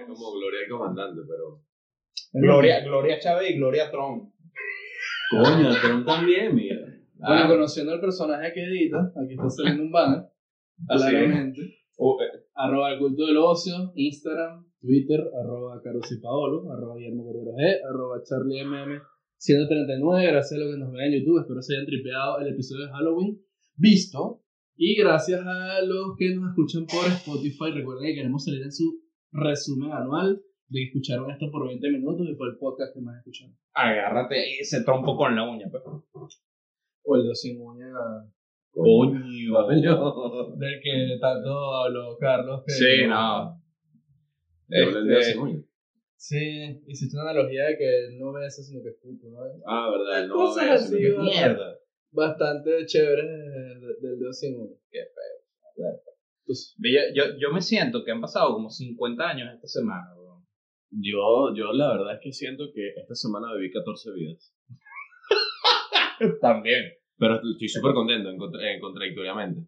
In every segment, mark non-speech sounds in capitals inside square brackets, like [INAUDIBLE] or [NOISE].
él comandante, pero. Gloria, Gloria Chávez y Gloria Trump. Coño, Trump también, mira. Ah. Bueno, conociendo el personaje que edita, aquí está saliendo [LAUGHS] un banner, alegremente. O, eh, Arroba el culto del ocio, Instagram, Twitter, arroba Carlos y Paolo, arroba Guillermo Cordero G, arroba Charlie MM 139. Gracias a los que nos ven en YouTube. Espero se hayan tripeado el episodio de Halloween visto. Y gracias a los que nos escuchan por Spotify. Recuerden que queremos salir en su resumen anual de que escucharon esto por 20 minutos y fue el podcast que más escucharon. agárrate ese trompo con la uña, pues. O el de sin uña Coño. del que tanto habló Carlos. que- Sí, no. Doble el dedo Este, sin uña. Sí, hiciste una analogía de que él no ve eso, sino que escupo, ¿no? Ah, verdad, él no va a Cosas ver eso, así, que- ¿verdad? mierda. Bastante chévere del del dedo sin uno. Qué feo. Pues, Entonces, Yo, pues. yo, yo me siento que han pasado como 50 años esta semana, weón. Yo, yo la verdad es que siento que esta semana viví 14 vidas. [LAUGHS] También. Pero estoy estoy súper contento, en contra- en contradictoriamente.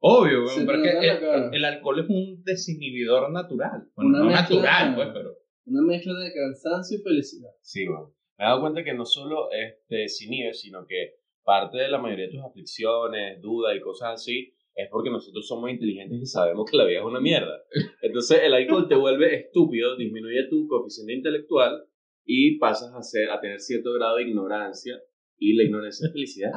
Obvio, weón, Se pero te es nota que el, en la cara. el alcohol es un desinhibidor natural. Bueno, Una no mezcla. natural, pues, pero. una mezcla de cansancio y felicidad. Sí, bueno. Me he dado cuenta que no solo este, se inhibe, sino que parte de la mayoría de tus aflicciones, dudas y cosas así, es porque nosotros somos inteligentes y sabemos que la vida es una mierda. Entonces el alcohol te vuelve estúpido, disminuye tu coeficiente intelectual y pasas a, ser, a tener cierto grado de ignorancia y la ignorancia es felicidad.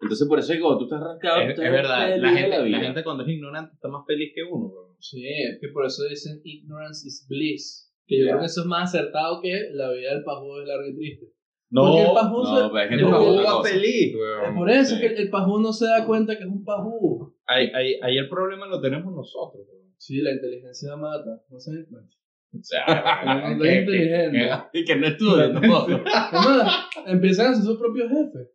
Entonces por eso es que cuando tú estás rascado, Es, tú es estás verdad, feliz la de gente, la vida. gente cuando es ignorante está más feliz que uno, weón. Sí, es que por eso dicen ignorance is bliss. Que yo Claro. creo que eso es más acertado que la vida del pajú es larga y triste. Porque el No, pajú, se- No, pero es que el tú no, pajú otra va cosa. feliz, es weón. por eso sí. que el, el pajú no se da cuenta que es un pajú. Ahí, ahí, ahí el problema lo tenemos nosotros, weón. Sí, la inteligencia mata. No se da cuenta. O [LAUGHS] sea, No, no que- es inteligente. que- [LAUGHS] Y que [LAUGHS] no estudia tampoco. Es más, empiezan a ser sus propios jefes.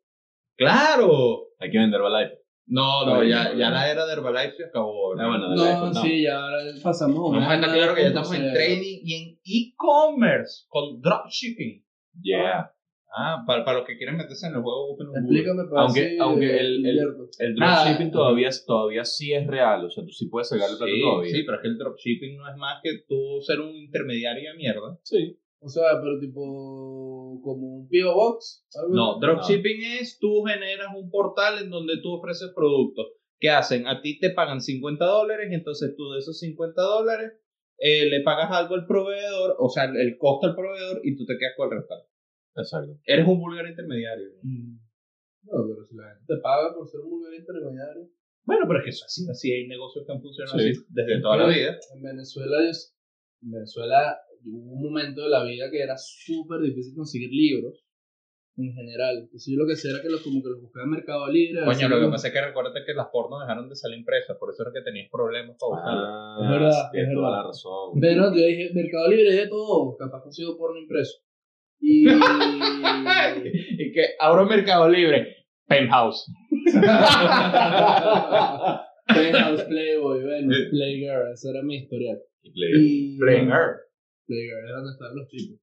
¡Claro! Hay que vender Herbalife. No, no, ya, ya la era de Herbalife se acabó. pues, ¿no? Ah, bueno, dale, No, no. sí, ya ahora pasamos. a Vamos una a estar claro que ya estamos en 9.0. trading y en e-commerce con dropshipping. Yeah. Ah, para, para los que quieren meterse en el juego, busquen un Google. Explícame para Aunque- ver si, aunque eh, el- el- invierto. El Ah. dropshipping todavía, todavía sí es real. O sea, tú sí puedes sacarle plata Sí, todavía. sí, pero es que el dropshipping no es más que tú ser un intermediario de mierda. Sí. O sea, pero tipo como un P.O. Box. algo No, así. dropshipping es tú generas un portal en donde tú ofreces productos. ¿Qué hacen? A ti te pagan 50 dólares y entonces tú de esos 50 dólares eh, le pagas algo al proveedor, o sea, el costo al proveedor y tú te quedas con el restante. Exacto. Eres un vulgar intermediario. ¿no? Mm. No, pero si la gente te paga por ser un vulgar intermediario. Bueno, pero es que eso así, así hay negocios que han funcionado Sí. así desde toda la vida. En Venezuela, yo- en Venezuela hubo un momento de la vida que era súper difícil conseguir libros en general. Entonces yo lo que hacía era que los, como que los buscaba en Mercado Libre. así Coño, lo que como- pasa es que recuérdate que las pornos dejaron de salir impresas, por eso era que tenías problemas para buscarlas. Ah, Es verdad, Tienes es toda verdad. la razón. Pero yo dije, Mercado Libre es de todo, capaz consigo porno impreso. [LAUGHS] Y. y que abro Mercado Libre, Penthouse. [LAUGHS] Penthouse, Playboy, bueno, Playgirl, esa era mi historial. Y play- Y. Player. Playgirl es donde están los tipos.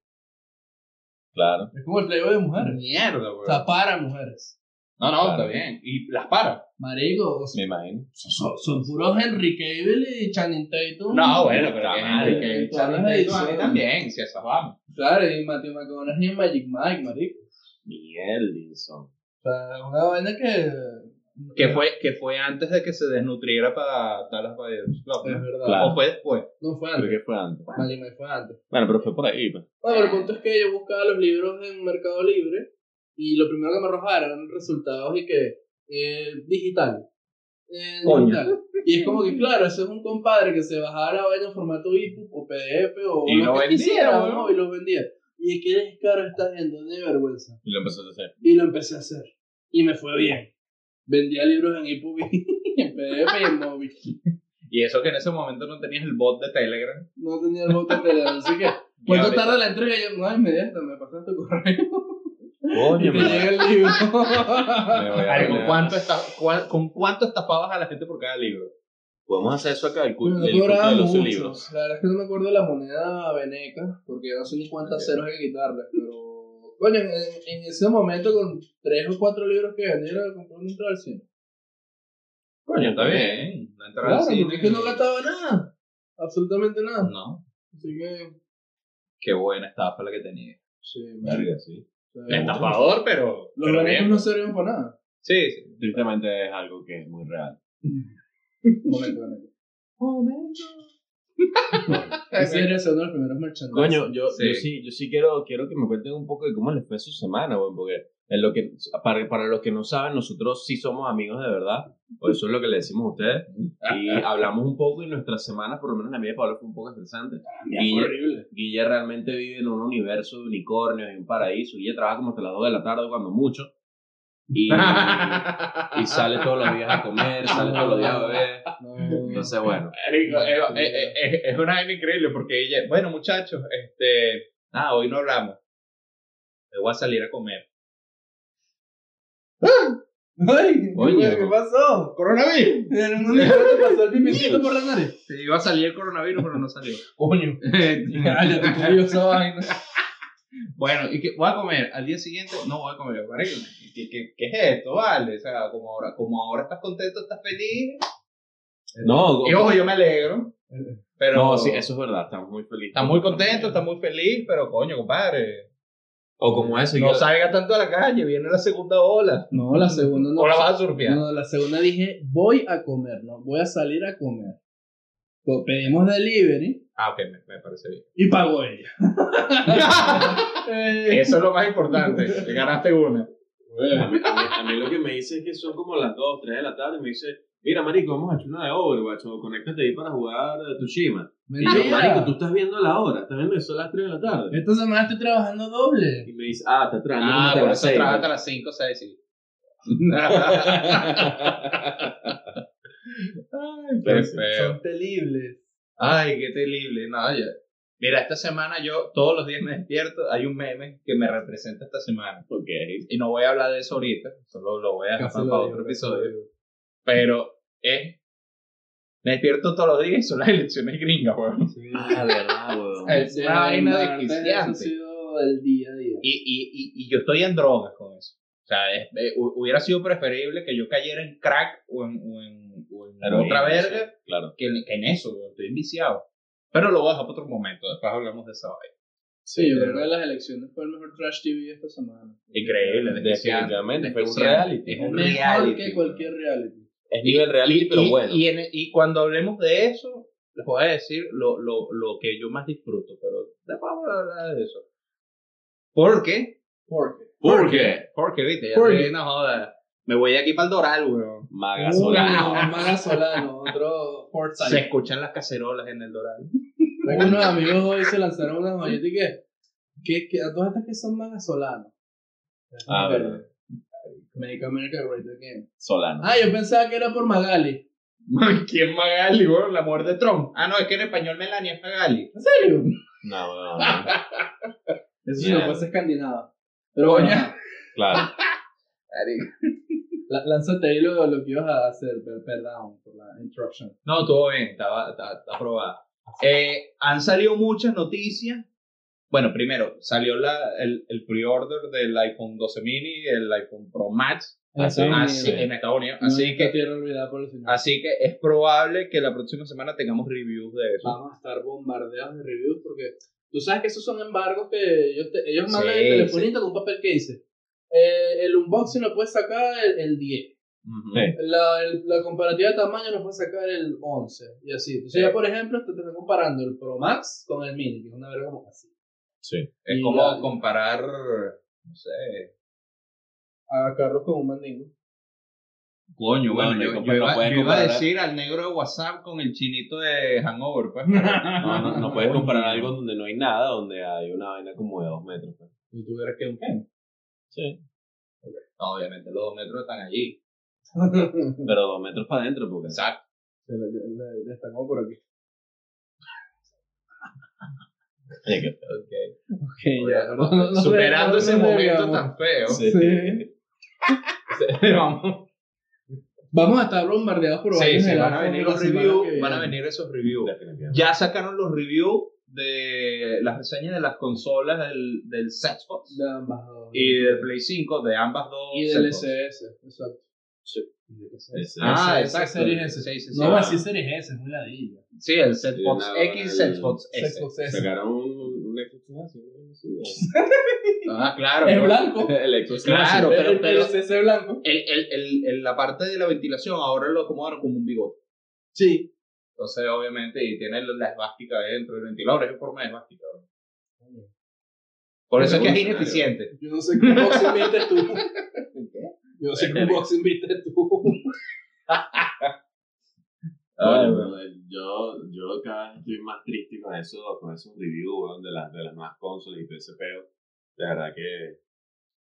Claro. Es como el Playboy de mujeres. Mierda, O güey. sea, para mujeres. No, no, Claro. está bien. Y las para. Marico, o sea, Me imagino. Son, son puros Henry Cable y Channing Tatum. No, bueno, Puta pero que madre, que todas las Channing Tatum a mí ediciones. también, si a esas vamos. Claro, y Matthew McConaughey y Magic Mike, marico. Miguel Linson. O sea, una vaina que... Que fue, que fue antes de que se desnutriera para Dallas Buyers Club. Es ¿no? verdad. Claro. O fue después. No fue Creo antes. que fue antes. Magic Mike fue antes. Bueno, pero fue por ahí. pues. Bueno, pero el punto es que yo buscaba los libros en Mercado Libre y lo primero que me arrojaban eran resultados y que... Eh, digital. Eh, Coño. digital. Y es como que, claro, eso es un compadre que se bajaba la vaina en formato IPU o PDF o Y lo que vendía, quisiera, weón. ¿no? Y los vendía. Y qué descaro esta gente, de vergüenza. Y lo empezó [LAUGHS] a hacer. Y lo empecé a hacer. Y me fue bien. Vendía libros en EPUB, en PDF y [LAUGHS] en móvil. Y eso que en ese momento no tenías el bot de Telegram. No tenía el botón de la así que. ¿Cuánto ahorita? tarda la entrega? Yo, no, inmediata, me pasaste tu correo. Y Coño, te me voy llega el libro. a- me voy a Ay, ¿con, poner- cuánto esta- cua- ¿Con cuánto estafabas a la gente por cada libro? Podemos hacer eso acá, el Bueno, culto no el culto cobraba de los mucho. libros. La verdad es que no me acuerdo la moneda veneca, porque no sé ni cuántas ceros hay que quitarle, pero. Bueno, en, en ese momento, con tres o cuatro libros que vendí, era compré un libro al cine. Coño, está bien. La entrada Claro, al cine. Mm. porque es que no gastaba nada. Absolutamente nada. No. Así que. Qué buena estafa la que tenía. Sí, marico. Verga, sí. O sea, Estafador, pero. Los pero venezos bien. no sirven para nada. Sí, sí. Tristemente es algo que es muy real. Momento, momento. Ese era uno de los primeros merchandising. Coño, yo Sí. yo sí, yo sí quiero, quiero que me cuenten un poco de cómo les fue su semana, weón, porque en lo que, para, para los que no saben, nosotros sí somos amigos de verdad, o eso es lo que le decimos a ustedes, [LAUGHS] y hablamos un poco y nuestra semana, por lo menos la mía de Pablo fue un poco estresante. Ah, Mira, [LAUGHS] fue horrible. Guille realmente vive en un universo de unicornios y un paraíso. Guille trabaja como hasta las 2 de la tarde cuando mucho. [LAUGHS] Y, y sale todos los días a comer, sale todos los días a beber. No. Entonces, bueno. Marico, es, es- es- es una vaina increíble porque ella, bueno muchachos, este, ah, hoy no hablamos. Me voy a salir a comer. [LAUGHS] Ay, Coño. ¿qué [LAUGHS] pasó? ¿Coronavirus? En un momento te pasó el pipicito por la nariz. Sí, iba a salir el coronavirus, pero no [LAUGHS] salió. Coño. Dale, tu curioso vaina. [LAUGHS] bueno, ¿y qué voy a comer? Al día siguiente no voy a comer. Marico, ¿qué, qué, qué es esto? Vale, o sea, como ahora, como ahora estás contento, estás feliz. No, Y ojo, yo me alegro. Pero no, sí, eso es verdad. Estamos muy felices. Está muy contento, está muy feliz, pero coño, compadre. O como eso. No yo- salga tanto a la calle, viene la segunda ola. No, la segunda no. O la vas a surfear. No, la segunda dije, voy a comer, no, voy a salir a comer. Co- Pedimos delivery Ah, ok, me, me parece bien. y pagó ella. Eh, Eso es lo más importante. que Ganaste una. a, mí, a mí- a mí lo que me dice es que son como las 2, 3 de la tarde. Y me dice, mira, marico, vamos a echar una de Overwatch. O conéctate ahí para jugar eh, Tushima. Y yo, mentira. marico, tú estás viendo la hora. Estás viendo que son las 3 de la tarde. Esta semana estoy trabajando doble. Y me dice, ah, está trabajando Ah, hasta por las eso seis, trabaja ¿no? hasta las 5, 6, sí. qué feo. Son terribles. Ay, qué terrible. No, ya. Mira, esta semana yo todos los días me despierto. Hay un meme que me representa esta semana. Ok. Y no voy a hablar de eso ahorita. Solo lo voy a dejar Casi para lo digo, otro casi episodio. lo digo. Pero es. Me despierto todos los días y son las elecciones gringas, weón. Sí. Ah, verdad, weón. [LAUGHS] El- Sí, una vaina el martes, desquiciante. Eso ha sido el día a día. Y, y, y, y yo estoy en drogas con eso. O sea, es- eh, hu- hubiera sido preferible que yo cayera en crack o en, o en, o en Pero otra bien, verga sí, Claro. que, en- que en eso, weón. Estoy enviciado. Pero lo voy a dejar para otro momento. Después hablamos de esa vaina. Sí, yo pero- creo que las elecciones fue el mejor trash TV esta semana. Increíble, desquiciante. Definitivamente, fue un Desquiciante. reality. Es un Mejor reality, que weón. cualquier reality. Es nivel reality, pero y, bueno. Y, en- y cuando hablemos de eso, les voy a decir lo, lo, lo que yo más disfruto, pero después vamos a hablar de eso. ¿Por qué? ¿Por qué? ¿Por qué? Porque, viste, ya ¿Por qué? estoy- no joda. Me voy de aquí para el Doral, weón. Maga Uno, Solano. Maga Solano, otro Se Forsyth. escuchan las cacerolas en el Doral. Tengo unos amigos hoy se lanzaron unas joyitas y que, que, que a todas estas que son Maga Solano. Ah, verdad. Make America Great Again. Solano. Ah, yo pensaba que era por Magali. Man, ¿Quién Magali, weón? La mujer de Trump. Ah, no, es que en español Melania es Magali. ¿En serio? No, no, no. Eso Bien. si no fuese escandinava. Pero bueno, Coño. ajá. Claro. la- lánzate ahí lo, lo que ibas a hacer, per- perdón, por la interruption. No, todo bien, está, está, está aprobada. Eh, han salido muchas noticias. Bueno, primero, salió la, el, el pre-order del iPhone 12 mini, el iPhone Pro Max, Así, así, eh, en Estados Unidos. Así que Tierra olvidada por el señor. Así que es probable que la próxima semana tengamos reviews de eso. vamos a estar bombardeados de reviews porque tú sabes que esos son embargos que ellos, te- ellos mandan Sí, el telefonito con un papel que dice eh, el unboxing lo puedes sacar el, el 10 Sí. la, el- la comparativa de tamaño lo puedes sacar el 11 y así entonces Sí. ya por ejemplo te están comparando el Pro Max con el Mini que es una verga como así Sí. Es Y como ya- comparar, no sé, a Carlos con un mandingo coño, bueno, No, yo, no, yo iba, no puedes yo iba a comparar. decir al negro de WhatsApp con el chinito de Hangover, pues. [LAUGHS] No, no, no puedes comparar algo donde no hay nada, donde hay una vaina como de dos metros. pues. si tú vieras que es un [LAUGHS] Ken Sí. No, obviamente los dos metros están allí. Pero dos metros para adentro, porque. Exacto. Se le- le- le- le está como por aquí Oye, qué- Superando ese momento tan feo. [LAUGHS] Sí. Sí. Vamos. Vamos a estar bombardeados por Sí, varios sí, de van la- a venir la los semana que reviews, viene. van a venir esos reviews. Definitivamente. Ya sacaron los reviews de las reseñas de las consolas del, del Xbox De ambas dos. y del Play 5, de ambas dos. Y del Xbox. SS, exacto. Ah, Esa- esa exacto. serie es esa. Sí, sí, sí. Ah. No va a decir series S, es muy ladilla. Sí, el Set Sí, Fox no, X, el- Set Fox S. Sex Obsessed. Sacaron un, un Xbox One, sí, no sé. Ah, claro. Es ¿no? blanco. [LAUGHS] El Xbox One, Claro, sí. pero- El- el- pero- el ese blanco. El, el, el, el- la parte de la ventilación ahora lo acomodaron como un bigote. Sí. Entonces, obviamente, y tiene la esvástica dentro del ventilador, es en forma de esvástica. ¿no? Por eso es que es Revolucionario. ineficiente. Yo no sé [LAUGHS] qué boxing viste tú. Yo no sé qué boxing viste tú. Oye, brother, eh, yo, yo cada vez estoy más triste con eso, con esos reviews weón, de las de las nuevas consolas y todo ese peo. De verdad que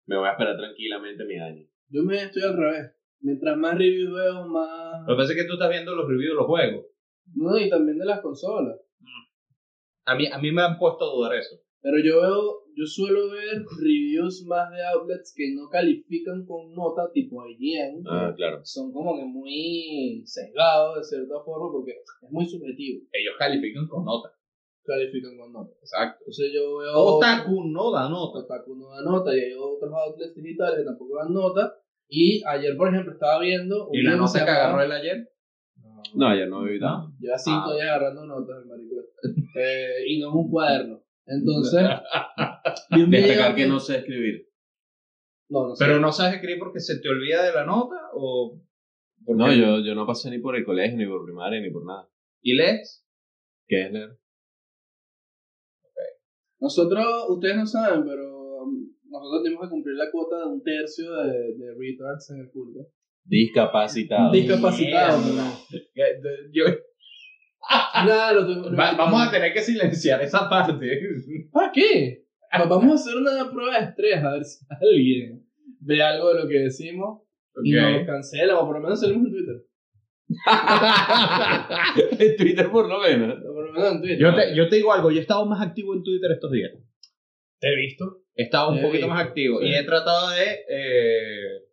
me voy a esperar tranquilamente mi año. Yo me estoy al revés. Mientras más reviews veo, más. Lo que pasa es que tú estás viendo los reviews de los juegos. No, y también de las consolas. A mí, a mí me han puesto a dudar eso. Pero yo veo, yo suelo ver reviews más de outlets que no califican con nota, tipo IGN. Ah, claro. Son como que muy sesgados de cierta forma porque es muy subjetivo. Ellos califican con nota. Califican con nota. Exacto. Entonces yo veo. Otaku no da nota. Otaku no da nota y hay otros outlets digitales que tampoco dan nota. Y ayer, por ejemplo, estaba viendo. un Y la video nota se que llamaba- agarró el ayer. No, yo no vi nada. Lleva cinco Ah. días agarrando notas el marico. Eh, y no es un cuaderno. Entonces, [LAUGHS] vi un video Destacar que no sé escribir. No, no sé. Pero no sabes escribir porque se te olvida de la nota o. porque- No, yo, yo no pasé ni por el colegio, ni por primaria, ni por nada. ¿Y lees? ¿Qué es leer? Nosotros, ustedes no saben, pero um, nosotros tenemos que cumplir la cuota de un tercio de, de retards en el culto. Discapacitado. Discapacitado. Ah, Mierda. Que- de- yo- Nada, lo tengo. Va- [LAUGHS] vamos a tener que silenciar esa [LAUGHS] parte. ¿Para qué? Va- Vamos a hacer una prueba de estrés a ver si alguien [LAUGHS] ve algo de lo que decimos y nos Ok. cancela, o por lo menos salimos en Twitter. [LAUGHS] en Twitter por lo menos. O por lo menos en Twitter. Yo te, yo te digo algo, yo he estado más activo en Twitter estos días. Te he visto. He estado un Te he poquito visto, más activo sí. y he tratado de. eh,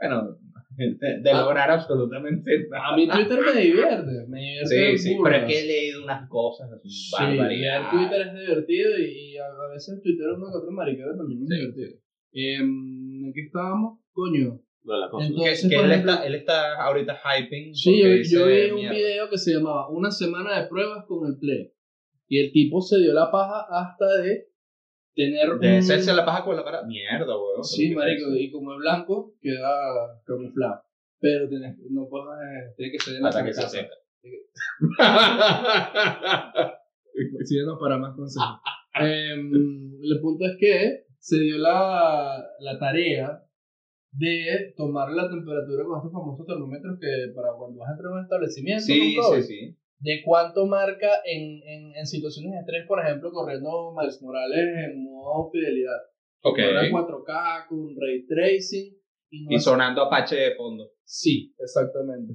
bueno, [LAUGHS] de, de Ah. lograr absolutamente nada. A mí Twitter me divierte, me divierte. [LAUGHS] Sí, sí, burda. pero es que he leído unas cosas. Sí, barbaridades. leer Twitter es divertido y, y a, a veces Twitter uno que otro mariquero también es divertido. Em, ¿En qué estábamos? Coño. No, la cosa. Que, Entonces, que por él, ejemplo, está, él está ahorita hyping. sí, yo, porque yo dice, vi un "Mierda". video que se llamaba Una semana de pruebas con el Play. Y el tipo se dio la paja hasta de tener De un- hacerse la paja con la cara. Mierda, weón. Sí, ¿Qué marico, es eso? y como es blanco, queda camuflado. Pero tenés, no puedes, eh, tiene que ser en la Hasta que se carcasa. [LAUGHS] sepa. Síguenos para más consejos. [LAUGHS] Em, el punto es que se dio la, la tarea de tomar la temperatura con estos famosos termómetros que para cuando vas a entrar a un establecimiento, [LAUGHS] Sí, con COVID, sí, sí. de cuánto marca en, en, en situaciones de estrés, por ejemplo, corriendo Miles Morales en modo fidelidad. Ok. Corre a 4K con ray tracing. Y, no Y hace- sonando Apache de fondo. Sí, exactamente.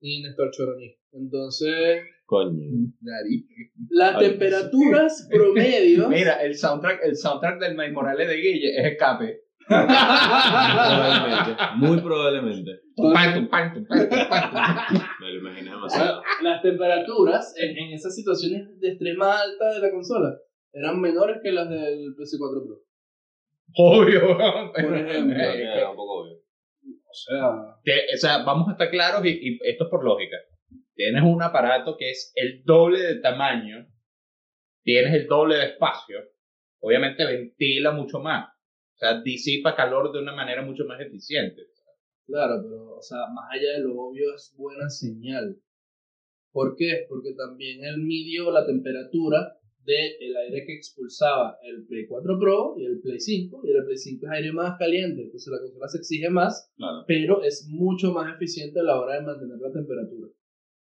Y Néstor Choroní. Entonces, Coño. las Ay, temperaturas [LAUGHS] promedio. [LAUGHS] Mira, el soundtrack, el soundtrack del Miles Morales de Guille es escape. Probablemente. Muy probablemente. Pantum, pantum, pantum, pantum. Me lo imaginé demasiado. las temperaturas en, en esas situaciones de extrema alta de la consola eran menores que las del PS4 Pro. [LAUGHS] Obvio, weón. Por ejemplo. Creo Eh, que era un poco obvio. O sea, Te- o sea, vamos a estar claros y, y esto es por lógica. Tienes un aparato que es el doble de tamaño, tienes el doble de espacio, obviamente ventila mucho más, o sea, disipa calor de una manera mucho más eficiente. claro, pero o sea, más allá de lo obvio es buena señal. ¿Por qué? Porque también él midió la temperatura del aire que expulsaba el Play 4 Pro y el Play 5, y el Play 5 es aire más caliente, entonces la consola se exige más Claro. pero es mucho más eficiente a la hora de mantener la temperatura.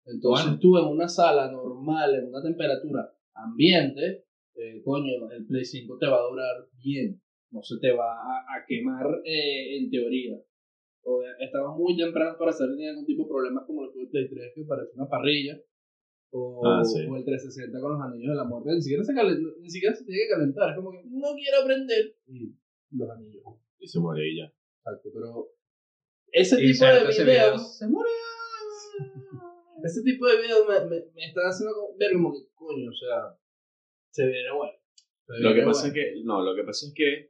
Entonces tú en una sala normal, en una temperatura ambiente, eh, coño, el Play 5 te va a durar bien, no se te va a, a quemar eh, en teoría. O, eh, estaba muy temprano para salir de algún tipo de problemas como los tuvo el Play 3, que parece una parrilla, o, Ah, sí. o el 360 con los anillos de la muerte, ni siquiera, se calen- ni siquiera se tiene que calentar, es como que no quiero aprender y los anillos. Y se murió y ya. Exacto, pero ese tipo de Inserta ese videos. video. Se murió. ese tipo de videos me, me, me están haciendo como- ver como que coño, o sea, se viene bueno. Lo que pasa es que, no, lo que pasa es que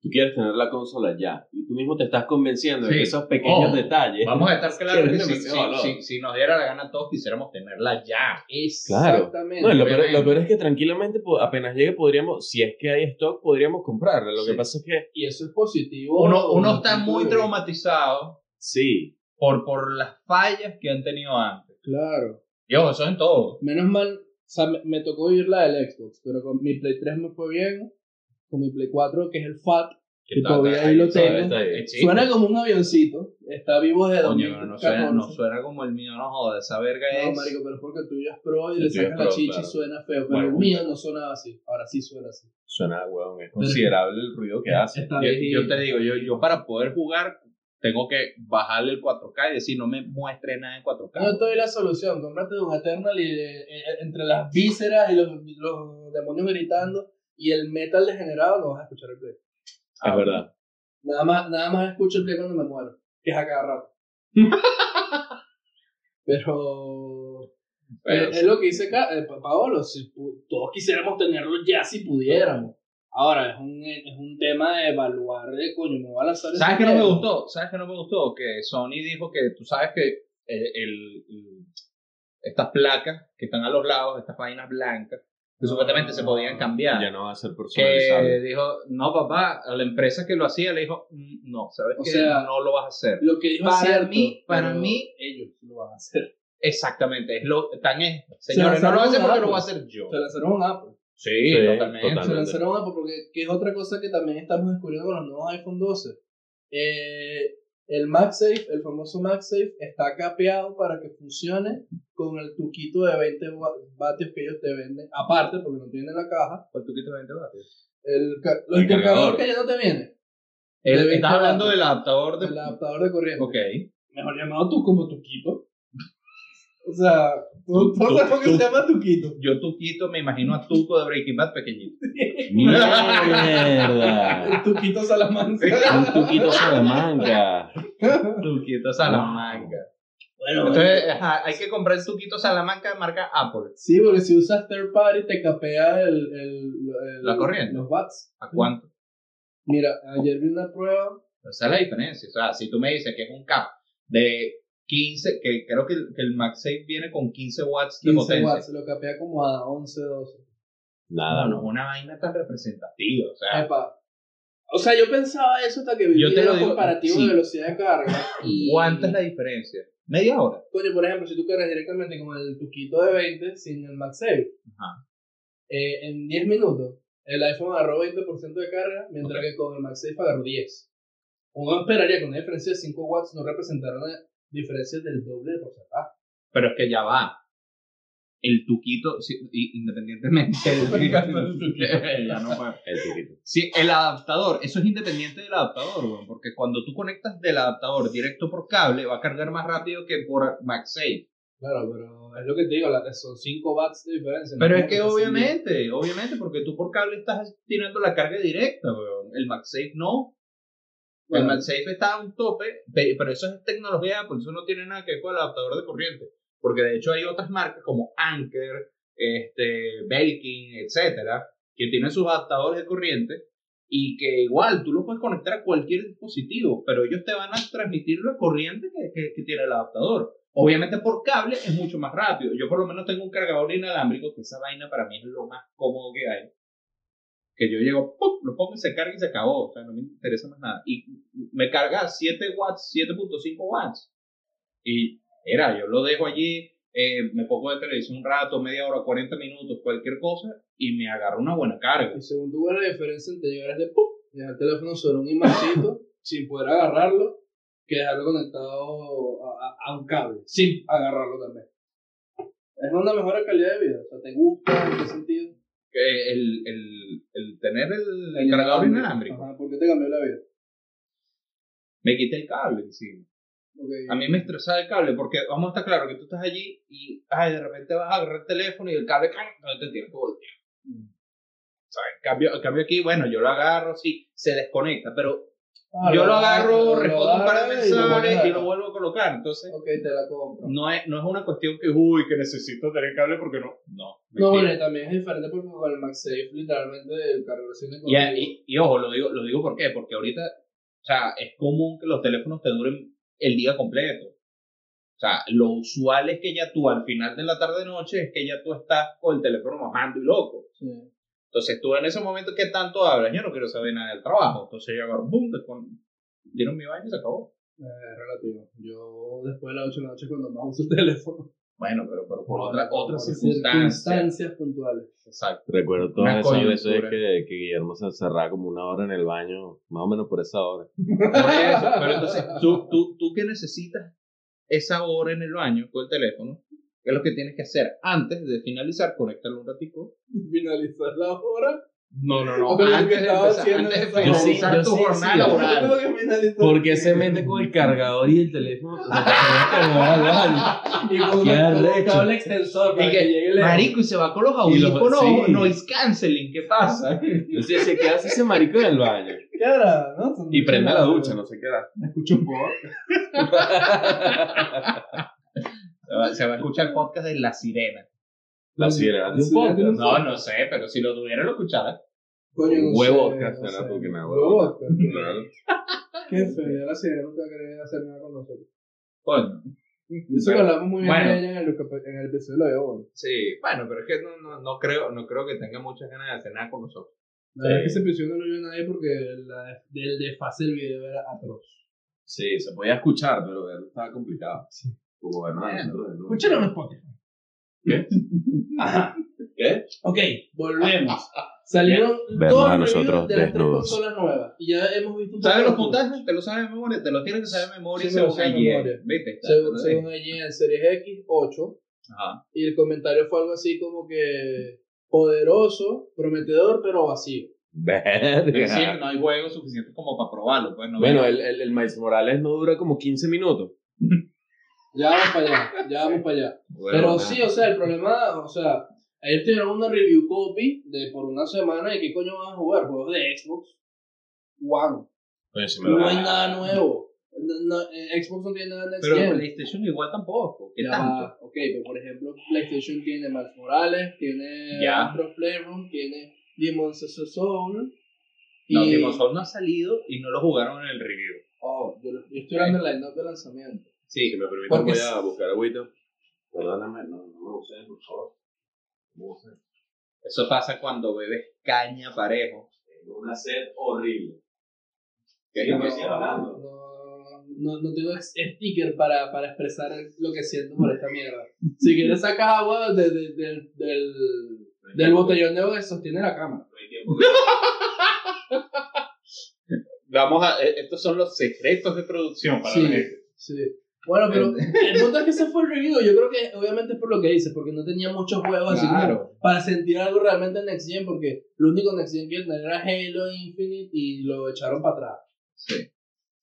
tú quieres tener la consola ya. Y tú mismo te estás convenciendo de Sí. que esos pequeños Ojo, detalles. "Oh, Vamos a estar claros que Tiene si, demasiado valor. si- si- si nos diera la gana todos quisiéramos tenerla ya. Exactamente. No, y lo peor, obviamente. lo peor es que tranquilamente, po- apenas llegue, podríamos, si es que hay stock, podríamos comprarla. Lo que Sí. pasa es que, Y eso es positivo. Uno, uno desde está el punto muy de vista. traumatizado sí, por, por las fallas que han tenido antes. Claro. Y ojo, eso es en todo. Menos mal, o sea, me, me tocó vivir la del Xbox, pero con mi Play 3 me fue bien. Con mi Play 4, que es el FAT, que está- todavía está- ahí lo está- tengo. está- existe. Suena como un avioncito. Está vivo de eh, Coño, no, 2014. no suena, no suena como el mío, no joda, esa verga No, es. marico, pero es porque el tuyo es pro y El le tuyo es sacas la pro, chicha claro. y suena feo. Pero Bueno, el bueno. mío no sonaba así. Ahora sí suena así. suena, weón, es considerable el ruido que hace. Está yo, viejito. yo te digo, yo, yo para poder jugar tengo que bajarle el 4K y decir no me muestre nada en 4K. No te doy la solución. Comprate un Eternal y eh, eh, entre las vísceras y los, los demonios gritando y el metal degenerado no vas a escuchar el play. es verdad. Nada más, nada más escucho el play cuando me muero, que es a cada rato. Pero, Pero es, es lo que dice Ca- eh, Pa- Paolo, si pu- todos quisiéramos tenerlo ya si pudiéramos. Ahora, es un, eh, es un tema de evaluar de coño, me va a lanzar ese ¿Sabes qué no me juego? gustó? ¿Sabes qué no me gustó? Que Sony dijo que tú sabes que eh, el- el- estas placas que están a los lados, estas páginas blancas, que supuestamente se Ah, podían cambiar. Ya no va a ser personalizable. que dijo, no papá, a la empresa que lo hacía le dijo, "Mm, no, sabes O que sea, no lo vas a hacer. Lo que dijo es Para cierto, mí- para pero mí- ellos lo van a hacer. Exactamente, es lo tan es. Señores, no lanzaron lo hace una porque lo app. voy a hacer yo. Se lanzaron un Apple. Sí, Sí, totalmente. total. Se Totalmente. lanzaron una porque que es otra cosa que también estamos descubriendo con los nuevos iPhone 12. Eh, el MagSafe, el famoso MagSafe, está capeado para que funcione con el tuquito de 20 wa- vatios que ellos te venden, aparte porque no tienen la caja. ¿Cuál Pues tú quieres 20 vatios? El, ca- El el cargador cargador. que ya no te viene, El- De 20 Estás hablando vatios. del adaptador de... el adaptador de corriente. Ok. Mejor llamado tú como tuquito. O sea, tú, tú Tu- sabes por qué tu- se llama tuquito. Yo tuquito me imagino a Tuco de Breaking Bad pequeñito. [LAUGHS] ¡Mierda! Ah. [LAUGHS] El tuquito salamanca. Un tuquito Salamanca. Tuquito Salamanca. bueno, Entonces, eh, ajá, hay que comprar el tuquito Salamanca de marca Apple. Sí, porque si usas third party te capea el, el- el- La corriente. Los watts. ¿A cuánto? Mira, ayer vi una prueba. Esa es la diferencia. O sea, si tú me dices que es un cap de 15, que creo que, el- que el MagSafe viene con 15 watts de 15 potencia. watts, lo capea como a 11, 12. Nada, No, no no. es una vaina tan representativa. O sea, Epa. O sea, yo pensaba eso hasta que vi Ah. Yo te lo el digo, comparativo sí. de velocidad de [CLEARS THROAT] carga. Ah, Y, ¿cuánta es la diferencia? Media hora. Coño, por ejemplo, si tú cargas directamente con el tuquito de 20 sin el MagSafe, Ajá. eh, en 10 minutos el iPhone agarró 20% de carga, mientras que con el MagSafe agarró 10. Uno esperaría que una diferencia de 5 watts no representara una diferencia del doble de porcentaje. Pero es que ya va. El tuquito, sí, i- independientemente. [LAUGHS] [LAUGHS] ya no puedo. El tuquito. Sí, el adaptador, eso es independiente del adaptador, weón, porque cuando tú conectas del adaptador directo por cable, va a cargar más rápido que por MagSafe. Claro, pero es lo que te digo, la- son 5 watts de diferencia. Pero ¿no? es que Así- obviamente, obviamente, porque tú por cable estás tirando la carga directa, weón. el MagSafe no. Bueno. El MagSafe está a un tope, pe- pero eso es tecnología de Apple, eso no tiene nada que ver con el adaptador de corriente. Porque de hecho hay otras marcas como Anker, este, Belkin, etcétera, que tienen sus adaptadores de corriente y que igual tú lo puedes conectar a cualquier dispositivo, pero ellos te van a transmitir la corriente que, que- que tiene el adaptador. Obviamente por cable es mucho más rápido. Yo por lo menos tengo un cargador inalámbrico, que esa vaina para mí es lo más cómodo que hay. Que yo llego, ¡pum! lo pongo y se carga y se acabó. O sea, no me interesa más nada. Y me carga a 7 watts, 7.5 watts. Y era, yo lo dejo allí, eh, me pongo de televisión un rato, media hora, 40 minutos, cualquier cosa, y me agarra una buena carga. Y según tú ves la diferencia entre llegar de ¡pum! dejar el teléfono sobre [LAUGHS] un imancito sin poder agarrarlo, que dejarlo conectado a, a- a un cable, sin agarrarlo también. Es una mejor calidad de vida, o sea, te gusta, en qué sentido. que Eh, el, el, el tener el, cargador inalámbrico. Ajá, ¿por qué te cambió la vida? Me quité el cable encima. Ok. A mí me estresaba el cable porque vamos a estar claro que tú estás allí y ay, de repente vas a agarrar el teléfono y el cable ¡can! no te tienes que voltear. Mm. O sea, en cambio, en cambio aquí, bueno, yo lo agarro, sí, se desconecta, pero Ah, Yo lo agarro, lo respondo un par de agarras y lo mensajes y lo guardas. vuelvo a colocar. Entonces, Ok, te la compro. no es, no es una cuestión que, uy, que necesito tener cable porque no. No. No, mentira. bueno, y también es diferente porque con el MagSafe literalmente el cargador se une con Y, y- y ojo, lo digo, lo digo por qué, porque ahorita, o sea, es común que los teléfonos te duren el día completo. O sea, lo usual es que ya tú al final de la tarde-noche es que ya tú estás con el teléfono mojando y loco. Sí. Entonces tú en ese momento, ¿qué tanto hablas? Yo no quiero saber nada del trabajo. Entonces yo agarro, boom, descon- dieron mi vaina y se acabó. Eh, relativo. Yo después de las 8 de la noche cuando más uso el teléfono. Bueno, pero, pero por Ahora, otra, otras por circunstancias. circunstancias puntuales. [LAUGHS] Exacto. Recuerdo todas Una esas veces coyuntura. que, que Guillermo se encerraba como una hora en el baño, más o menos por esa hora. Por [LAUGHS] eso, pero entonces, tú, tú, tú que necesitas esa hora en el baño con el teléfono, ¿qué es lo que tienes que hacer? Antes de finalizar, conéctalo un ratico. Finalizar la hora. No, no, O no. sea, lo que Antes de, estaba empezar, haciendo antes de esa- finalizar Yo sí- yo tu sí- jornada sí, laboral. Tengo que finalizar. ¿Por qué se mete con el cargador y el teléfono? O sea, para que no va al baño. Y con Qué un- con un arrecho. cable extensor para Y que, que, llegue lejos. Marico, y se va con los Y los- audífonos, sí. noise canceling, ¿qué pasa? Yo decía, "¿Se ¿qué hace ese marico en el baño? ¿Qué era? ¿No? Son- Y prende la ducha, no sé qué era. Escucho un podcast. [LAUGHS] Se va, se va a escuchar el podcast de La Sirena. La sirena. Sí, tiene un No, no sé, pero si lo tuviera lo escuchara. Coño, no Huevos, sé, que no hacer, sé. ¿no? Porque nada, Huevos, porque- Claro. Qué feo, ya la sirena nunca quería hacer nada con nosotros. Coño. Y eso que hablamos muy bien Bueno. de ella en el, en el episodio de la Bebo. Sí, bueno, pero es que no, no, no, creo, no creo que tenga muchas ganas de hacer nada con [LAUGHS] nosotros. La verdad es que ese episodio no lo vio nadie porque la, del desfase del video era atroz. Sí, se podía escuchar, pero verlo estaba complicado. Sí. Como verlo Bueno. nosotros, ¿no? Escúchalo en Spotify. Ajá. ¿Qué? Ok, volvemos. Salieron Vernos todos a los nosotros reviews de las tres desnudos. consolas nuevas. Y ya hemos visto un ¿Sabes los poco de- puntajes? Te lo sabes de memoria, te lo tienes que saber de memoria Sí, me lo según sé de memoria. ayer. ¿Viste? ¿eh? Según, según allí en Series X, 8. Ajá. Y el comentario fue algo así como que poderoso, prometedor, pero vacío. Verga. Es decir, no hay juegos suficientes como para probarlo. Pues, no Bueno, el, el, el Miles Morales no dura como 15 minutos. Ya vamos para allá, ya vamos para allá. Pero sí, o sea, el problema, o sea, ayer tuvieron una review copy de por una semana y qué coño van a jugar, juegos de Xbox One. No hay nada nuevo. No- no, eh, Xbox no tiene nada de pero Next Gen. PlayStation igual tampoco. ¿Qué Ya tanto? va, ok, pero por ejemplo, PlayStation tiene Miles Morales, tiene Ya. Astro Playroom, tiene Demon's Soul. Y, No, Demon's Souls no ha salido y no lo jugaron en el review. Oh, yo, yo estoy hablando del line-up de lanzamiento. Si me permiten, Porque voy sí. a buscar agüita. Perdóname, no, no me usen, por favor. No me usen. Eso pasa cuando bebes caña parejo. Tengo una sed horrible. ¿Qué No, no, no, no tengo ex- sticker para, para expresar lo que siento por esta mierda. Si quieres sacas agua de- de- del, del, del botellón de agua que sostiene la cama. Vamos a. eh, Estos son los secretos de producción para Sí. la gente. Sí. Bueno, pero el punto es que ese fue el review. Yo creo que obviamente por lo que dice, porque no tenía muchos juegos así como Claro. para sentir algo realmente en Next Gen, porque lo único Next Gen que tenía era Halo Infinite y lo echaron para atrás. Sí.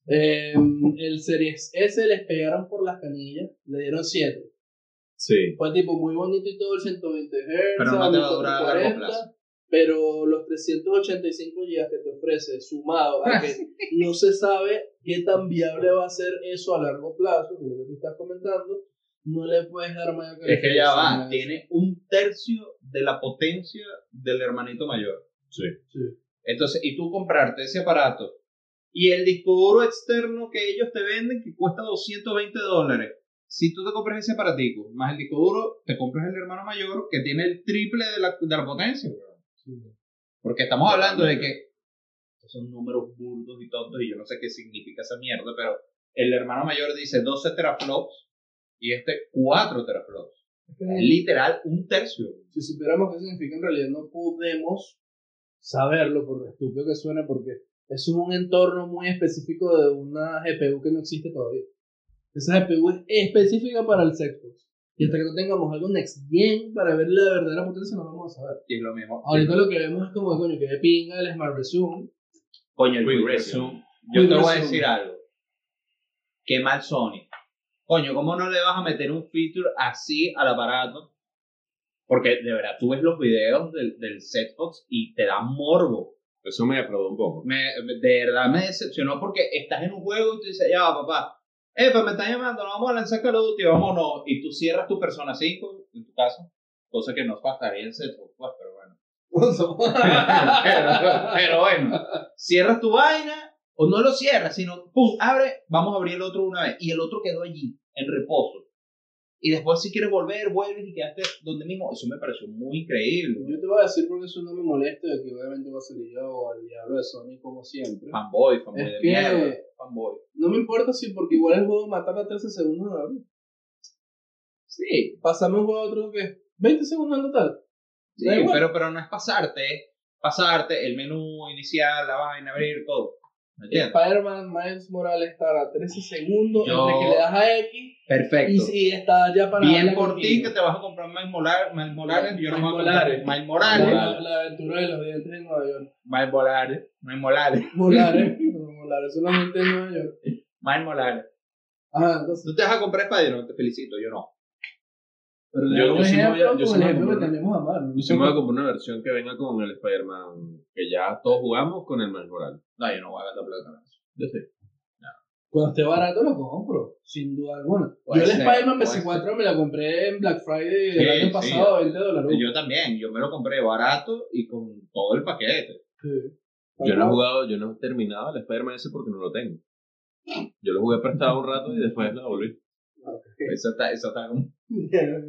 Eh, el Series S les pegaron por las canillas, le dieron 7. Sí. Fue tipo muy bonito y todo el 120 Hz. Pero no te va a 440, durar a largo plazo. Pero los 385 GB que te ofrece, sumado a que no se sabe qué tan viable va a ser eso a largo plazo, que es lo que estás comentando, no le puedes dar mayor Es que ya calificación va. a eso. Tiene un tercio de la potencia del hermanito mayor. Sí. Sí. Entonces, y tú comprarte ese aparato y el disco duro externo que ellos te venden, que cuesta 220 dólares. Si tú te compras ese aparatico, más el disco duro, te compras el hermano mayor que tiene el triple de la, de la potencia. weón. Porque estamos hablando de que estos son números burdos y tontos y yo no sé qué significa esa mierda, pero el hermano mayor dice 12 teraflops y este 4 teraflops. Es que Es Literal, un tercio. si supiéramos qué significa, en realidad no podemos saberlo, por lo estúpido que suena, porque eso es un entorno muy específico de una GPU que no existe todavía. Esa GPU es específica para el Xbox. Y hasta que no tengamos algo next gen para ver la verdadera potencia, no lo vamos a saber. Y es lo mismo. Ahorita lo que vemos es como, coño, que de pinga el Smart Resume. [LAUGHS] Coño, el Quick Quick Resume. Resume. Yo Quick te voy a Resume. decir algo. Qué mal Sony. Coño, ¿cómo no le vas a meter un feature así al aparato? Porque de verdad, tú ves los videos del, del setbox y te da morbo. Eso me defraudó un poco. Me, de verdad me decepcionó porque estás en un juego y tú dices, ya va, papá, eh, pues me están llamando, nos vamos a lanzar Call of Duty, vámonos. Y tú cierras tu persona 5, en tu caso, cosa que no pasaría en Xbox, pues, pero bueno. pero, [LAUGHS] pero bueno, cierras tu vaina, o no lo cierras, sino, pum, abre, vamos a abrir el otro una vez. Y el otro quedó allí, en reposo. Y después si quieres volver, vuelves y quedaste donde mismo. Eso me pareció muy increíble. Yo te voy a decir porque eso no me molesta, de que obviamente va a salir yo al diablo de Sony como siempre. Fanboy, fanboy Es de que- mierda. Fanboy. No me importa si porque igual el juego matar a 13 segundos de abrir. Sí, pasamos un juego a otro que 20 segundos en total. Sí, Da igual. pero, pero no es pasarte, es pasarte el menú inicial, la vaina, abrir, todo. ¿Me entiendes? Spider-Man Miles Morales está a 13 segundos Yo- entre que le das a X y, Perfecto. y está ya para Bien hablar por contigo. ti que te vas a comprar Miles Morales, Miles Morales, yo no me Miles voy a comprar Morales. Miles La- Morales, La, la aventura de los dientes en Nueva York. Miles Morales, Miles Morales, [LAUGHS] Molares, no, molares solamente en Nueva York. Miles Morales. Ajá, entonces. Tú te vas a comprar Spider-Man, te felicito, yo no. Pero le Yo- doy yo un sí me voy a- ejemplo yo sí como el me voy a ejemplo que comprar. tenemos a mano. Yo sí me voy a comprar una versión que venga con el Spider-Man que ya todos jugamos con el Miles Morales. No, yo no voy a gastar plata en eso. Yo sé. Cuando esté barato lo compro, sin duda alguna. Puede yo el ser, Spider-Man puede PS4 me la compré en Black Friday Sí, del año sí. pasado a 20 dólares. Yo también, yo me lo compré barato y con todo el paquete. Sí. Yo no he jugado, yo no he terminado el Spider-Man ese porque no lo tengo. Yo lo jugué prestado un rato y después lo devolví. Eso está, eso está como...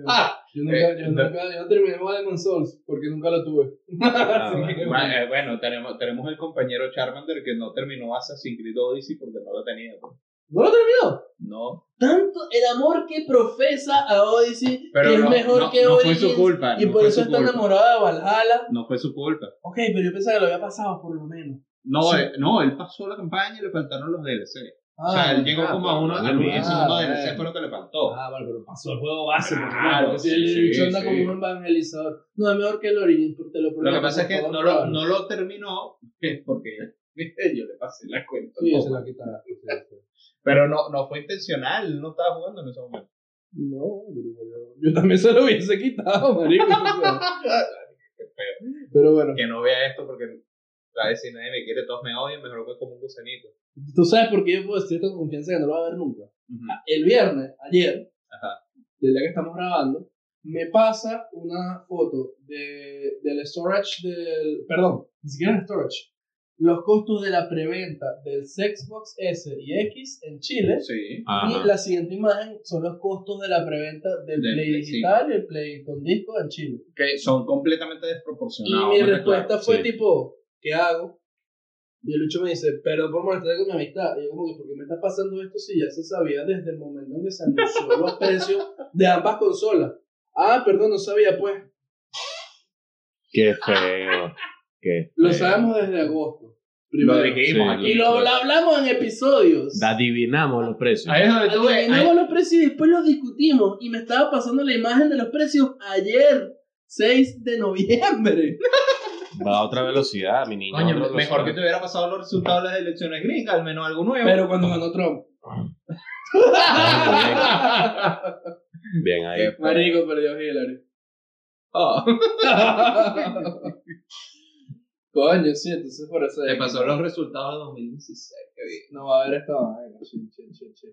Ah, yo, nunca, eh, yo, nunca, yo no terminé Demon Souls porque nunca lo tuve. [LAUGHS] Así bueno. que, Bueno, eh, bueno, tenemos, tenemos el compañero Charmander que no terminó Assassin's Creed Odyssey porque no lo tenía. pues. ¿No lo terminó? No, Tanto el amor que profesa a Odyssey Pero que no, es mejor no, que no fue Origins su culpa. y no por fue eso su está culpa. enamorada de Valhalla. No fue su culpa. Ok, pero yo pensaba que lo había pasado por lo menos. No, Sí. eh, no, él pasó la campaña y le faltaron los DLC. Ah, o sea, él llegó ah, como a pero uno, no es al lo uno- mismo. segundo Ah, DLC bueno. fue lo que le faltó. Ah, vale, pero pasó. Eso el juego base, por lo menos. Claro, Ah, Porque si sí, el sí, bicho anda sí. como un evangelizador. No, es mejor que el Origin, te lo lo prometo, que pasa es por que favor, no lo, no lo terminó [LAUGHS] porque yo le pasé la cuenta. Sí, se la quitaba. Sí, sí. Pero no, no fue intencional, él no estaba jugando en ese momento. No, marico, yo, yo también se lo hubiese quitado, marico. [LAUGHS] o sea. Pero bueno, Que no vea esto porque va a decir nadie me quiere, todos me odian, mejor que como un gusanito. tú sabes por qué yo puedo decir esto con confianza que no lo va a ver nunca. Ah, El viernes, ayer, Ajá. del día que estamos grabando, me pasa una foto de, del storage del. Perdón, ni siquiera el storage. Los costos de la preventa del Xbox S y X en Chile. Sí. Ajá. Y la siguiente imagen son los costos de la preventa del Del Play Play, Digital y el Play con disco en Chile. Que Eh, son completamente Y desproporcionados. mi no te respuesta claro, fue sí. tipo, ¿qué hago? Y el Lucho me dice, perdón por molestar con mi amistad. Y yo como que, ¿por qué me está pasando esto si ya se sabía desde el momento en que se [LAUGHS] anunció los precios de ambas consolas? Ah, perdón, no sabía pues. Qué feo. Qué Lo feo. sabemos desde agosto. Lo Primero. dijimos Sí, aquí. Y lo, lo hablamos en episodios. [LAUGHS] Adivinamos los precios. Ahí es donde tú ves- ahí- Adivinamos los precios y después los discutimos. Y me estaba pasando la imagen de los precios ayer, 6 de [LAUGHS] noviembre. Va a otra velocidad, mi niño. Coño, otra mejor que velocidad. te hubiera pasado los resultados de las elecciones gringas, al menos algo nuevo. [LAUGHS] Pero cuando ganó Trump. Ah, Bien ahí. Marico perdió Hillary. Oh, [LAUGHS] Coño, sí, entonces por eso. te pasó los resultados de 2016. Qué bien. No va a haber esta vaina, sí, sí, sí, sí.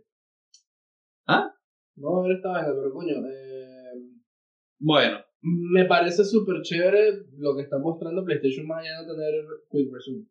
¿Ah? No va a haber esta vaina, pero coño. Eh, Bueno, me parece súper chévere lo que está mostrando PlayStation más allá de no tener Quick Resume.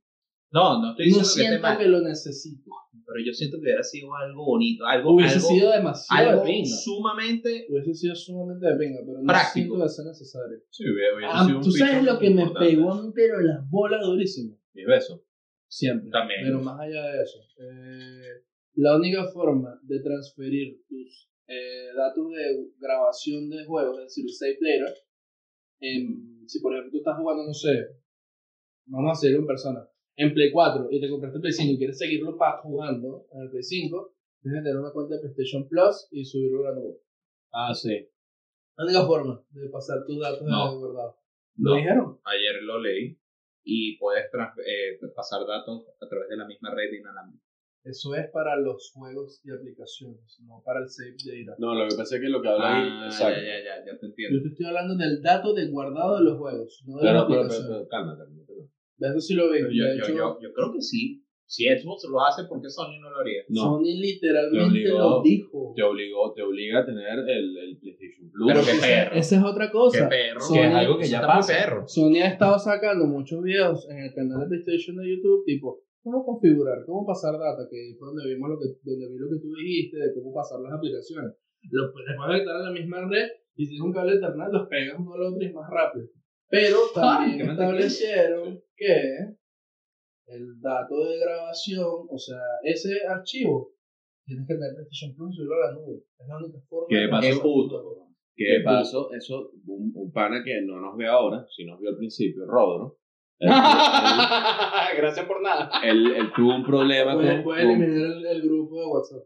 no, no estoy No diciendo que esté siento mal, que lo necesito. pero yo siento que hubiera sido algo bonito, algo, Hubiese algo, sido demasiado algo de pinga. sumamente. Hubiese sido sumamente de pinga, pero no Práctico. siento que sea necesario. Sí, hubiera- hubiera Ah, sido un Tú sabes feature lo que me importante. pegó a mí, pero las bolas durísimas. Mi beso. Siempre. También. Pero más allá de eso, eh, la única forma de transferir tus eh, datos de grabación de juegos, es decir, save data, en- si por ejemplo tú estás jugando, no sé, vamos a hacerlo en persona, en Play 4 y te compraste el Play 5 y quieres seguirlo pa- jugando en el Play 5, debes tener una cuenta de PlayStation Plus y subirlo a la nube. Ah, sí. La única forma de pasar tus datos No. de guardado. ¿Lo No, dijeron? ayer lo leí y puedes trans- eh, pasar datos a través de la misma red inalámbrica. Eso es para los juegos y aplicaciones, no para el save data. No, lo que pasa es que lo que habla ahí. Ah, ya, Exacto. ya, ya, ya te entiendo. Yo te estoy hablando del dato de guardado de los juegos, no de Claro, las pero, pero, aplicaciones. pero, calma, calma. calma. De eso sí lo vi. Yo, de yo, hecho, yo, yo creo que sí. Si Xbox lo hace, ¿por qué Sony no lo haría? No. Sony literalmente Te obligó. lo dijo. Te, obligó, te obliga a tener el, el PlayStation Plus. Pero que qué perro. Esa es otra Qué cosa. perro. Sony- Que es algo que Eso ya está muy pasa. perro. Sony ha estado sacando muchos videos en el canal de PlayStation de YouTube, tipo, cómo configurar, cómo pasar data, que fue donde vimos lo que, donde vi lo que tú dijiste, de cómo pasar las aplicaciones. Los pues, puedes conectar a la misma red y tienes un cable Ethernet, los pegas uno al otro y es más rápido. Pero [LAUGHS] Ay, también qué mantequilla. establecieron que el dato de grabación, o sea, ese archivo, tienes que tener PlayStation Plus y subirlo a la nube. Es la única forma. ¿Qué de- pasó? Es puto. de paso, eso, un, un pana que no nos ve ahora, si nos vio al principio, Rodro. Él, [LAUGHS] Gracias por nada. él- él- él tuvo un problema Puedes con, puedes con- eliminar el- el grupo de WhatsApp.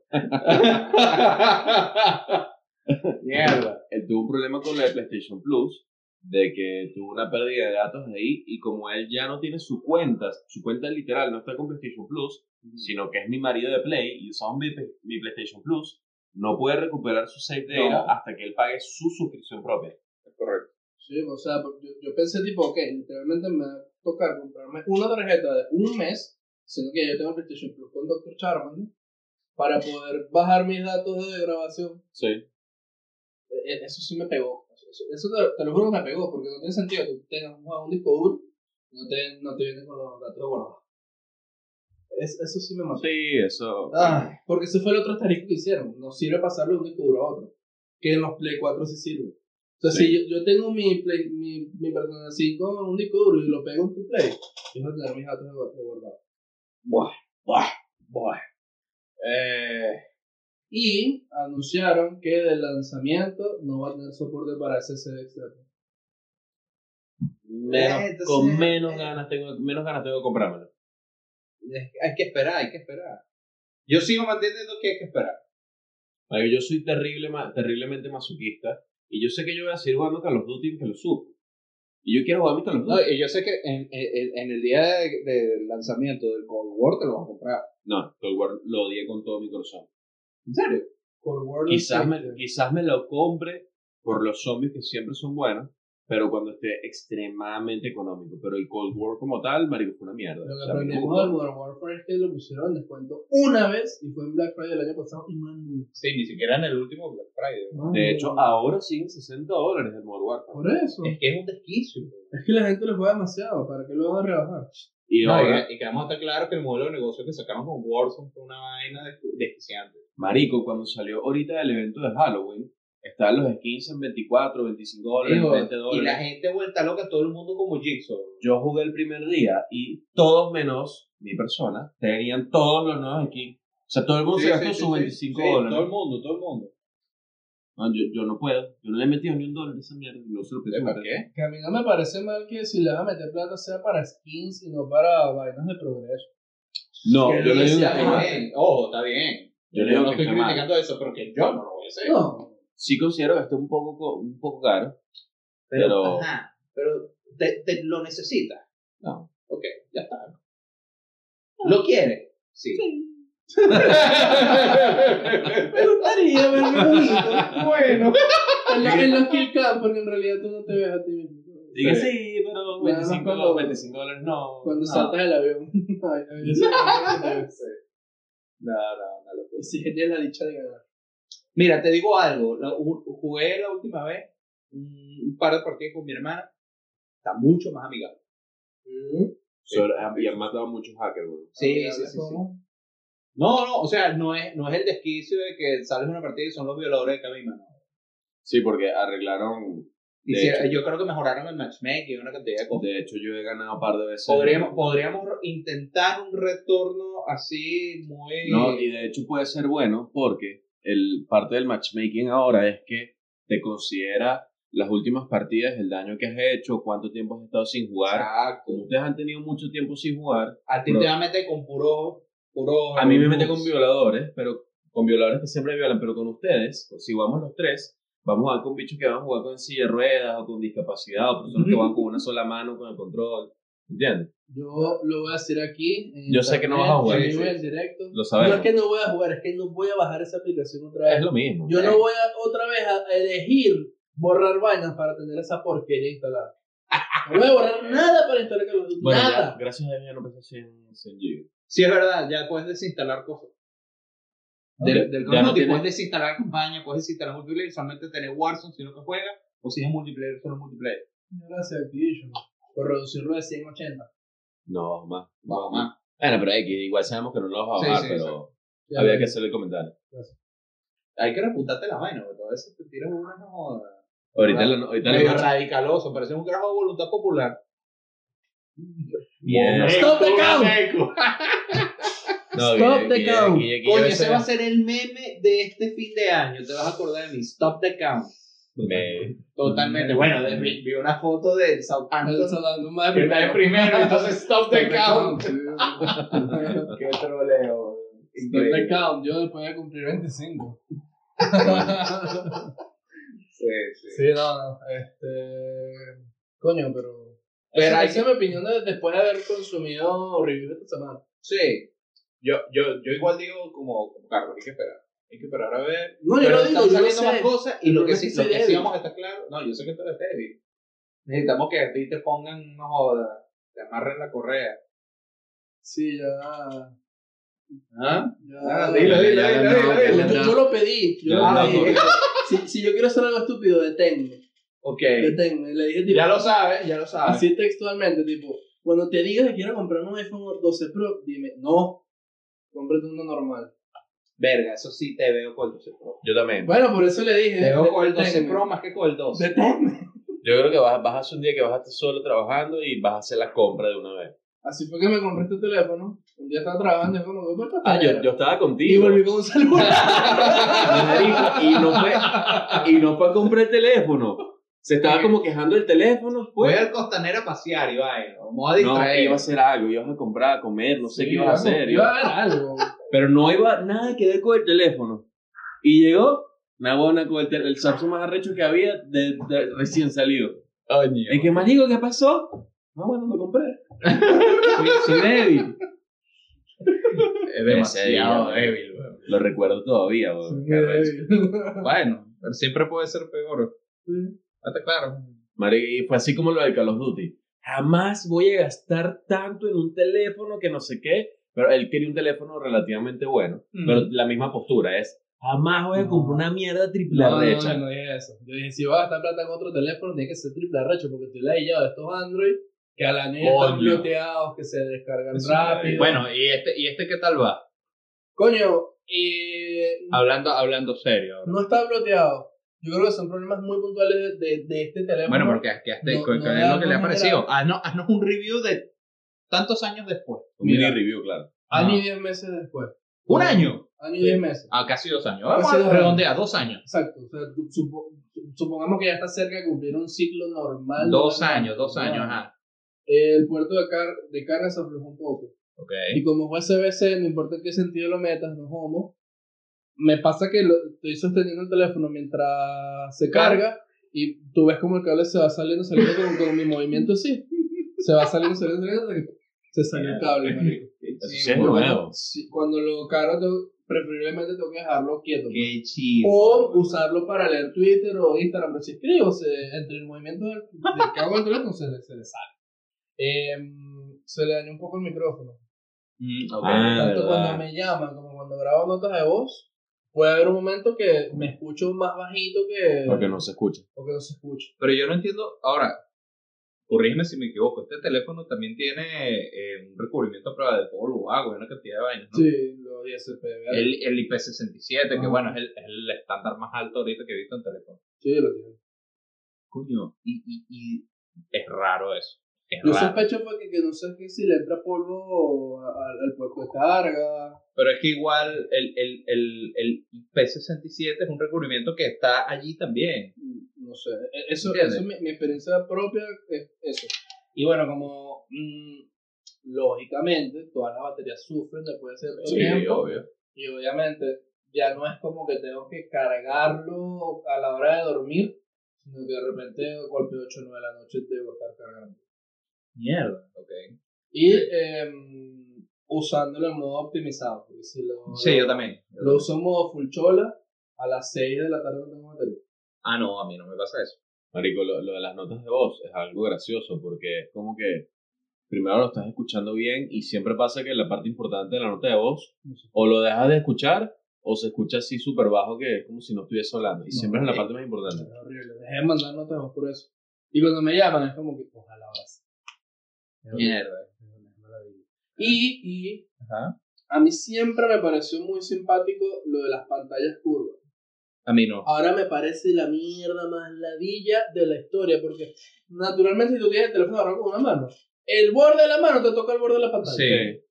Mierda. él tuvo un problema con la de PlayStation Plus, de que tuvo una pérdida de datos ahí, y como él ya no tiene su cuenta, su cuenta literal no está con PlayStation Plus, sino que es mi marido de Play y usamos mi, pe- mi PlayStation Plus, no puede recuperar su save data No. hasta que él pague su suscripción propia. Correcto. Sí, o sea, por- yo, yo pensé tipo, ok, literalmente me va a tocar comprarme una tarjeta de un mes, sino que yo tengo PlayStation Plus con Dr. Charmander, para poder bajar mis datos de grabación. Sí. E- e- Eso sí me pegó. Eso, eso- eso te, te lo juro que me pegó, porque no tiene sentido que tú tengas un, juego, un disco duro y no te, no te vienen con los datos guardados. Es- eso sí me mató. Sí, eso. Ay, Ah. porque ese fue el otro asterisco que hicieron. No sirve pasarlo de un disco duro a otro. Que en los Play 4 sí sirve. Entonces, Sí. si yo, yo tengo mi, Play, mi, mi Persona 5 en un disco duro y lo pego en tu Play, yo voy a tener mis datos de guardados. Buah, buah, buah. Eh, y anunciaron que del lanzamiento no va a tener soporte para SSD externo. Menos, Eh, entonces- con menos ganas tengo, menos ganas tengo de comprármelo. Es que Hay que esperar, hay que esperar. Yo sigo manteniendo que hay que esperar. Marico, Yo soy terrible, ma- terriblemente masoquista y yo sé que yo voy a seguir jugando Call of Duty en Call of Duty. Y yo quiero jugar mi Call of Duty. No, y yo sé que en, en- en el día de- del lanzamiento del Cold War te lo vas a comprar. No, Cold War lo odié con todo mi corazón. ¿En serio? Cold War no este Quizás me, existe. quizás me lo compre por los zombies que siempre son buenos, pero cuando esté extremadamente económico. Pero el Cold War como tal, marico, fue una mierda. Lo O que sea, aprendimos marico, del Modern Warfare es que lo pusieron en descuento una vez y fue en Black Friday del año pasado y más nunca. Sí, ni siquiera en el último Black Friday. de hecho, ah, eh. ahora siguen 60 dólares el Modern Warfare. por eso. Es que es un desquicio. Es que la gente lo juega demasiado, ¿para qué lo van a rebajar? Y No, eh. ahora, y, y que vamos a estar claros que el modelo de negocio que sacaron con Warzone fue una vaina desqui- desquiciante. Marico, cuando salió ahorita el evento de Halloween, están los skins en 24, 25 dólares, Hijo, 20 y dólares. la gente vuelta loca, todo el mundo como Jigsaw. Yo jugué el primer día y todos menos mi persona tenían todos los nuevos skins. O sea, todo el mundo Sí, se sí, gastó sí, sus sí. 25 Sí, dólares. Todo el mundo, todo el mundo. No, yo, yo no puedo. Yo no le he metido ni un dólar a esa mierda. No se lo pienso ¿Para meter. qué? Que a mí no me parece mal que si le vas a meter plata sea para skins y no para vainas de progreso. No, Que yo le digo decía, que "Ah, está Está mal. bien, ojo, está bien. Yo Yo, le digo no que estoy está mal. criticando eso, pero que yo no lo voy a hacer. No, Sí considero que está un poco, co- un poco caro. Pero- Ajá, pero te, te lo Ah. necesitas. No. Ok, ya está. ¿Lo quieres? Sí. me gustaría [LAUGHS] verme bonito [LAUGHS] bueno. en, la- en los kill cam, porque en realidad tú no te ves a ti mismo. Dije, sí, pero Nada más 25, cuando- 25 dólares no. Cuando no. saltas del avión. [LAUGHS] Ay, a mí eso me parece que debe ser. No, no, no lo Y si tienes la dicha de ganar. Mira, te digo algo. la- ju- jugué la última vez un un par de partidos con mi hermana. Está mucho más amigable. Solo- y han matado a muchos hackers, güey. Sí, sí, sí, sí. No, no, o sea, no es, no es el desquicio de que sales de una partida y son los violadores de camino. No. Sí, porque arreglaron. De Hicieron- yo creo que mejoraron el matchmaking y una cantidad de cosas. De hecho, yo he ganado un par de veces. Podríamos, podríamos intentar un retorno así muy... No, y de hecho puede ser bueno porque el, parte del matchmaking ahora es que te considera las últimas partidas, el daño que has hecho, cuánto tiempo has estado sin jugar. Exacto. Como ustedes han tenido mucho tiempo sin jugar, A ti Bro. te va a meter con puro... puro a mí me luz. mete con violadores, pero con violadores que siempre violan, pero con ustedes, pues, si jugamos los tres, vamos a jugar con bichos que van a jugar con silla de ruedas o con discapacidad o personas que van con una sola mano con el control. ¿Entiendes? Yo lo voy a hacer aquí. en Yo sé que no vas a internet, jugar, en sí, vivo y sí. en directo. Lo sabemos. No es que no voy a jugar, es que no voy a bajar esa aplicación otra vez. Es lo mismo. Yo Eh. no [LAUGHS] voy a otra vez a elegir borrar vainas para tener esa porquería instalada. No voy a borrar nada para instalar Call of Duty. Bueno, ya, nada. gracias a Dios ya no pasé 100, 100 gigas. Sí, es verdad, ya puedes desinstalar cosas. Del, Ok. del Ya Call of no Duty, tiene- puedes desinstalar campaña, puedes desinstalar multiplayer, solamente tener Warzone si no que juega, o si es multiplayer, solo multiplayer. Gracias, Activision. Por reducirlo de 180. No, más. Vamos más. Bueno, pero X, igual sabemos que no lo vas a Sí, bajar, sí, pero había que hacerle el comentario. Hay que reputarte las vainas, porque a veces te tiras una no joda. Ahorita, la- ahorita le Medio radicaloso, parece un carajo de voluntad popular. Bien. Stop the count. No, Stop Guille, the Guille, count. Guille, Guille, Coño, Guille, ese va a ser el meme de este fin de año, te vas a acordar de mí, Stop the Count. Me- Totalmente, bueno, de- vi, vi una foto de Estás Southampton. hablando más que este está de primero, entonces Stop the Count. [LAUGHS] Stop Qué troleo. the Increíble. count. Yo después voy a cumplir 25. Sí, sí. [LAUGHS] sí, no, no. Este. Coño, pero. Pero Pero hay esa es mi opinión de- después de haber consumido reviews esta semana. Sí. Yo, yo, yo igual digo como, como Carlos, hay que esperar. Hay que esperar a ver. No, Pero yo lo están digo, yo lo saliendo más sé. cosas y El lo que problema sí, es que lo soy que sí débil. vamos a estar claros. No, yo sé que tú eres débil. Necesitamos que a ti te pongan, no jodas, te amarren la correa. Sí, ya. ¿Ah? ya Ah, dilo, dilo, Ya, dilo, no, dilo, ya, Yo, dilo. ya. yo lo pedí. Yo Ya, lo ya, pedí. ya. Si, si yo quiero hacer algo estúpido, deténme. Ok. Deténme. Le dije, tipo, Ya lo sabes, ya lo sabes. así textualmente, tipo, cuando te digas que quiero comprar un iPhone 12 Pro, dime, no, cómprate uno normal. Verga, eso sí te veo con el 12 Pro. Yo también. Bueno, por eso le dije. Te veo con el 12 deténme. Pro más que con el 12. Deténme. Yo creo que vas, vas a hacer un día que vas a estar solo trabajando y vas a hacer la compra de una vez. Así fue que me compré este teléfono. Un día estaba trabajando y fue como, "Voy para Ah, yo, taller". yo estaba Y contigo. volví con un celular. Marico, y no fue y no fue a comprar el teléfono. Se estaba como quejando del teléfono, Voy pues. al costanero a pasear y vaina. Vamos a No, que distraer. iba a hacer algo, ibas a comprar, a comer, no sé qué ibas a hacer. Iba iba- a ver algo. Pero no iba nada que ver con el teléfono. Y llegó una buena con el, tel- el Samsung más arrecho que había de, de- recién salido. Es que marico, ¿qué pasó? No, bueno, lo [LAUGHS] compré. Soy, soy débil. es demasiado débil, weón. Lo recuerdo todavía, weón. Qué arrecho. Bueno, pero siempre puede ser peor. Está claro. Marico, y fue así como lo del Call of Duty. Jamás voy a gastar tanto en un teléfono que no sé qué. Pero él quería un teléfono relativamente bueno. Pero la misma postura es, jamás voy a comprar una mierda triple No, no, arrecha. yo no dije eso. Yo dije, si vas a gastar plata en otro teléfono, tiene que ser triple arrecho, porque estoy ladillado de estos Android que al año ya están Coño. bloqueados, que se descargan Eso es rápido. Bueno, ¿y este, ¿y este qué tal va? coño, eh, Hablando, hablando serio. ahora. no está bloqueado. Yo creo que son problemas muy puntuales de, de- de este teléfono. Bueno, porque que hasta- No, con- no con le él lo damos que le ha una parecido. Haznos, haznos un review de tantos años después. Un mini Mira. review, claro. Año y Ah. diez meses después. ¿Un año? Año y diez meses. Ah, casi dos años. Casi Vamos a dos años. redondear, dos años. Exacto. O sea, tú- supo- supongamos que ya está cerca de cumplir un ciclo normal. Dos normal. años, dos años, ajá. El puerto de, car de carga se aflojó un poco. Ok. Y como USB-C, no importa en qué sentido lo metas, no homo. Me pasa que lo, estoy sosteniendo el teléfono mientras se carga y tú ves como el cable se va saliendo, saliendo con, con mi movimiento así. Se va saliendo, saliendo, saliendo hasta que se salió el cable, marico. Eso sí, Sí, es bueno. nuevo. Sí, cuando lo cargo, tengo- preferiblemente tengo que dejarlo quieto. Qué chido. Oh. O usarlo para leer Twitter o Instagram, pero si escribo, se, entre el movimiento del, del cabo del teléfono se le, se le sale. Em, se le dañó un poco el micrófono. Mm, ok. Ah, Tanto cuando verdad. me llaman como cuando grabo notas de voz, puede haber un momento que me escucho más bajito que. Porque no se escucha. o que no se escucha. Pero yo no entiendo. Ahora, corrígeme si me equivoco. Este teléfono también tiene eh, un recubrimiento a prueba de polvo, agua, una cantidad de vainas. ¿no? Sí, lo ISP, ¿verdad? El, el IP67, que Ah. bueno, es el, es el estándar más alto ahorita que he visto en teléfono. Sí, lo tiene. Coño, y, y, y es raro eso. Es Yo raro. sospecho porque que no sé que si le entra polvo a- a- al puerto de carga. Pero es que igual el, el, el, el IP67 es un recubrimiento que está allí también. No sé. E- Eso, ¿Entiendes? eso es mi, mi experiencia propia, es eso. Y bueno, como. mm, lógicamente, todas las baterías sufren después de cierto Sí, tiempo. obvio. Y obviamente ya no es como que tengo que cargarlo a la hora de dormir, sino que de repente golpe 8 o 9 de la noche debo estar cargando. Mierda. Ok. Y em, usándolo en modo optimizado, porque si lo, Sí, yo también. Yo lo también. uso en modo full chola, a las 6 de la tarde no tengo batería. Ah, no, a mí no me pasa eso. Marico, lo, lo de las notas de voz es algo gracioso porque es como que primero lo estás escuchando bien y siempre pasa que la parte importante de la nota de voz o lo dejas de escuchar o se escucha así súper bajo que es como si no estuviese hablando No, y siempre es la eh. parte más importante. Es horrible. Dejé de mandar notas de voz por eso. Y cuando me llaman es como que, ojalá ahora sí. Mierda. es maravilla. Y, y Ajá. a mí siempre me pareció muy simpático lo de las pantallas curvas. A mí no. Ahora me parece la mierda más ladilla de la historia, porque naturalmente si tú tienes el teléfono agarrado con una mano, el borde de la mano te toca el borde de la pantalla. Sí.